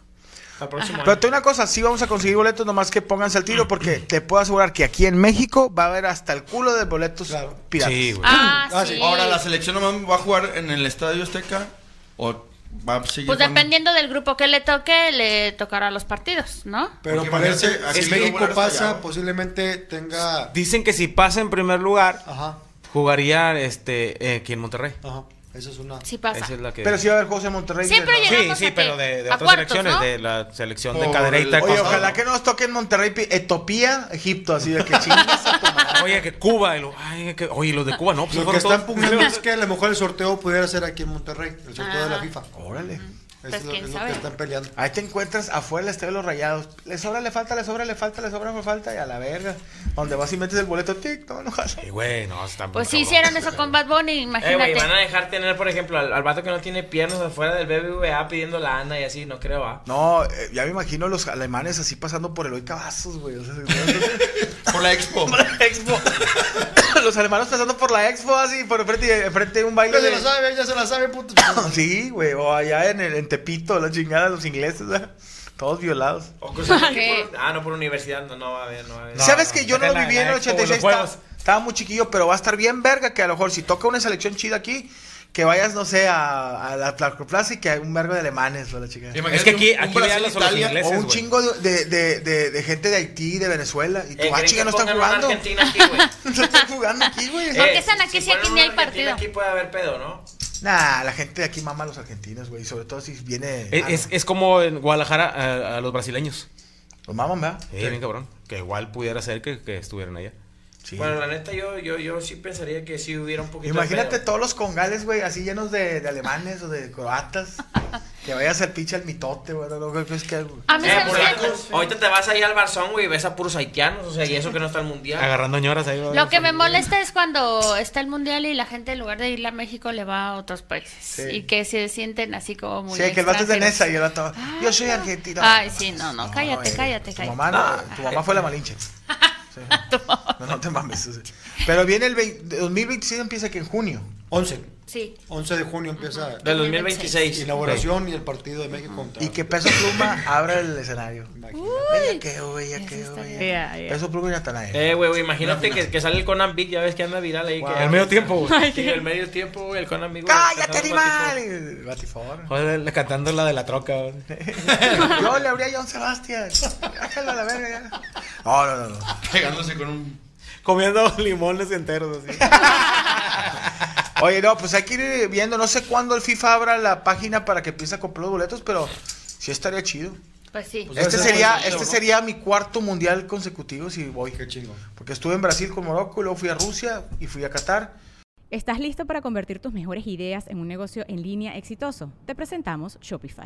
Speaker 1: Hasta el próximo
Speaker 3: Pero
Speaker 1: año.
Speaker 3: te digo una cosa, sí vamos a conseguir boletos, nomás que pónganse al tiro, porque te puedo asegurar que aquí en México va a haber hasta el culo de boletos
Speaker 5: Claro.
Speaker 3: piratas.
Speaker 4: Sí, güey.
Speaker 2: Ah,
Speaker 5: Ah,
Speaker 2: sí.
Speaker 5: sí.
Speaker 6: Ahora, ¿la selección nomás va a jugar en el Estadio Azteca o va a seguir
Speaker 2: Pues
Speaker 6: jugando?
Speaker 2: dependiendo del grupo que le toque, le tocará los partidos, ¿no?
Speaker 5: Pero
Speaker 6: Porque
Speaker 5: parece,
Speaker 6: imagínate, así
Speaker 5: si
Speaker 6: lo
Speaker 5: México
Speaker 6: volar hasta
Speaker 5: pasa,
Speaker 6: allá, güey.
Speaker 5: posiblemente tenga...
Speaker 4: Dicen que si pasa en primer lugar,
Speaker 5: Ajá,
Speaker 4: jugaría este, eh, aquí en Monterrey.
Speaker 5: ajá. Esa es una...
Speaker 2: Sí pasa.
Speaker 4: Esa es la que.
Speaker 3: Pero sí va a haber juegos en Monterrey.
Speaker 2: Siempre
Speaker 3: ¿verdad?
Speaker 2: llega-
Speaker 4: Sí,
Speaker 2: Llegamos a
Speaker 4: sí,
Speaker 2: qué?
Speaker 4: pero de, de
Speaker 2: A
Speaker 4: otras
Speaker 2: cuartos,
Speaker 4: selecciones,
Speaker 2: ¿no?
Speaker 4: de la selección
Speaker 6: Por
Speaker 4: de cadereita.
Speaker 6: el-
Speaker 3: Oye,
Speaker 4: con-
Speaker 3: ojalá que no nos toque en Monterrey pi- Etiopía, Egipto, así
Speaker 2: [LAUGHS]
Speaker 3: de que chingas a tu madre.
Speaker 4: Oye, que Cuba. y lo- ay, que- oye, los de Cuba, no, pues
Speaker 5: Lo que
Speaker 4: fueron
Speaker 5: están
Speaker 4: todos-
Speaker 5: pugnando es que a lo mejor el sorteo pudiera ser aquí en Monterrey, el sorteo de la FIFA.
Speaker 3: Órale.
Speaker 2: Pues
Speaker 5: es lo,
Speaker 2: quién
Speaker 5: es lo
Speaker 2: sabe.
Speaker 5: que están peleando.
Speaker 3: Ahí te encuentras afuera del estadio de los rayados. Le sobra, le falta, le sobra, le falta, le sobra, le falta. Y a la verga. Donde vas y metes el boleto, tic, no, no jala.
Speaker 4: Eh, güey, no, está muy
Speaker 2: Pues sí
Speaker 4: cabrón.
Speaker 2: hicieron eso con Bad Bunny,
Speaker 1: Eh,
Speaker 2: imagínate.
Speaker 1: güey, van a dejar tener, por ejemplo, al, al vato que no tiene piernas afuera del BBVA pidiendo la anda y así, no creo, ah.
Speaker 3: No, eh, ya me imagino los alemanes así pasando por el hoy cabazos, güey. [LAUGHS] O sea,
Speaker 6: Por la expo.
Speaker 3: por la expo. [LAUGHS] los alemanes pasando por la expo así, por enfrente, enfrente de un baile
Speaker 5: Ya Pues, se la
Speaker 3: [LAUGHS] de...
Speaker 5: sabe, ya se la sabe,
Speaker 6: [COUGHS]
Speaker 5: puto.
Speaker 3: Sí, güey, o allá en, el, en Tepito, la chingada, los ingleses, [LAUGHS] ¿eh? todos violados.
Speaker 1: O cruzando aquí
Speaker 7: Ok.
Speaker 1: por- ah, no, por universidad, no, no va a haber, no va a haber.
Speaker 3: ¿Sabes que yo no lo
Speaker 1: La-
Speaker 3: viví en
Speaker 1: la
Speaker 3: el
Speaker 1: Expo, los
Speaker 3: 86?
Speaker 1: juegos.
Speaker 3: Estaba, estaba muy chiquillo, pero va a estar bien verga que a lo mejor si toca una selección chida aquí, que vayas, no sé, a, a la Plaza Plaza y que hay un vergo de alemanes, o la chica.
Speaker 4: Es que aquí, aquí vean los, los
Speaker 6: Italia,
Speaker 4: ingleses,
Speaker 3: O un
Speaker 4: güey.
Speaker 3: chingo de, de- de- de gente de Haití, de Venezuela. Y tú,
Speaker 1: Eh,
Speaker 3: ah,
Speaker 1: que
Speaker 3: chinga, no están
Speaker 1: pongan una
Speaker 3: jugando.
Speaker 1: Argentina aquí,
Speaker 2: [LAUGHS]
Speaker 1: güey.
Speaker 3: [LAUGHS] No están jugando aquí, güey.
Speaker 2: ¿Por qué
Speaker 1: Eh,
Speaker 2: están aquí si aquí
Speaker 1: ponen
Speaker 2: ni
Speaker 1: una
Speaker 2: hay
Speaker 1: Argentina
Speaker 2: partido?
Speaker 1: Aquí puede haber pedo, ¿no?
Speaker 3: Nah, la gente de aquí mama a los argentinos, güey. Sobre todo si viene.
Speaker 4: Es,
Speaker 3: ah,
Speaker 4: es-
Speaker 3: no.
Speaker 4: es como en Guadalajara a, a los brasileños.
Speaker 3: Los maman, ¿verdad?
Speaker 4: Sí, bien cabrón. Que igual pudiera ser que, que estuvieran allá.
Speaker 3: Sí.
Speaker 1: Bueno, la neta, yo, yo, yo sí pensaría que sí hubiera un poquito de
Speaker 3: Imagínate
Speaker 1: pedo.
Speaker 3: todos los congales, güey, así llenos de, de alemanes o de croatas. que vayas al pinche al mitote, güey. No, creo que es que.
Speaker 2: Pues A mí
Speaker 1: Eh,
Speaker 2: sabes
Speaker 1: por
Speaker 2: qué?
Speaker 1: ejemplo, ahorita te vas ahí al Barzón, güey, y ves a puros haitianos, o sea, y eso que no está el mundial.
Speaker 4: Agarrando ñoras ahí.
Speaker 2: Lo que me molesta es cuando está el mundial y la gente en lugar de ir a México le va a otros países
Speaker 3: Sí.
Speaker 2: y que se sienten así como muy
Speaker 3: Sí, que el vato es de
Speaker 2: extranjeros.
Speaker 3: Nesa
Speaker 2: Ah,
Speaker 3: y el vato. Yo soy argentino.
Speaker 2: Ay, sí, no, no, cállate,
Speaker 3: güey,
Speaker 2: cállate,
Speaker 3: tu
Speaker 2: cállate. Ah.
Speaker 3: Mamá, no, tu mamá fue la
Speaker 2: [LAUGHS]
Speaker 3: malinche. Sí. No, no te mames. o sea. Pero viene el 20, 2026, empieza que en junio.
Speaker 5: 11.
Speaker 2: Sí.
Speaker 5: 11 de junio empieza
Speaker 1: Del 2026.
Speaker 5: inauguración y el partido de México contra.
Speaker 3: Y que Peso Pluma abra el escenario.
Speaker 5: Imagínate.
Speaker 3: Ella que, güey, ya que,
Speaker 2: está
Speaker 3: güey.
Speaker 7: bien. Ya, ya.
Speaker 3: Peso Pluma y Natanael.
Speaker 1: Eh, güey, güey, imagínate que, que sale el Conan Big, ya ves que anda viral ahí.
Speaker 3: Wow.
Speaker 1: Que,
Speaker 4: El
Speaker 1: [LAUGHS]
Speaker 4: medio tiempo, güey.
Speaker 1: Sí, el medio tiempo, güey, el Conan Big. güey,
Speaker 3: ¡Cállate,
Speaker 1: cantando
Speaker 3: animal!
Speaker 1: Batman.
Speaker 3: Y- Batifón.
Speaker 4: Joder, le- cantando la de la troca. güey.
Speaker 3: Yo le abría a John Sebastián. Déjalo a la verga ya. No, no, no. no.
Speaker 6: Pegándose con un.
Speaker 4: Comiendo [LAUGHS] limones enteros así.
Speaker 3: Oye, no, pues hay que ir viendo. No sé cuándo el FIFA abra la página para que empiece a comprar los boletos, pero sí estaría chido.
Speaker 2: Pues sí.
Speaker 5: Pues
Speaker 3: Este
Speaker 5: debe ser
Speaker 3: sería,
Speaker 5: chido,
Speaker 3: este
Speaker 5: ¿no?
Speaker 3: sería mi cuarto mundial consecutivo si voy.
Speaker 5: Qué chingo.
Speaker 3: Porque estuve en Brasil con Morocco, y luego fui a Rusia y fui a Qatar.
Speaker 8: ¿Estás listo para convertir tus mejores ideas en un negocio en línea exitoso? Te presentamos Shopify.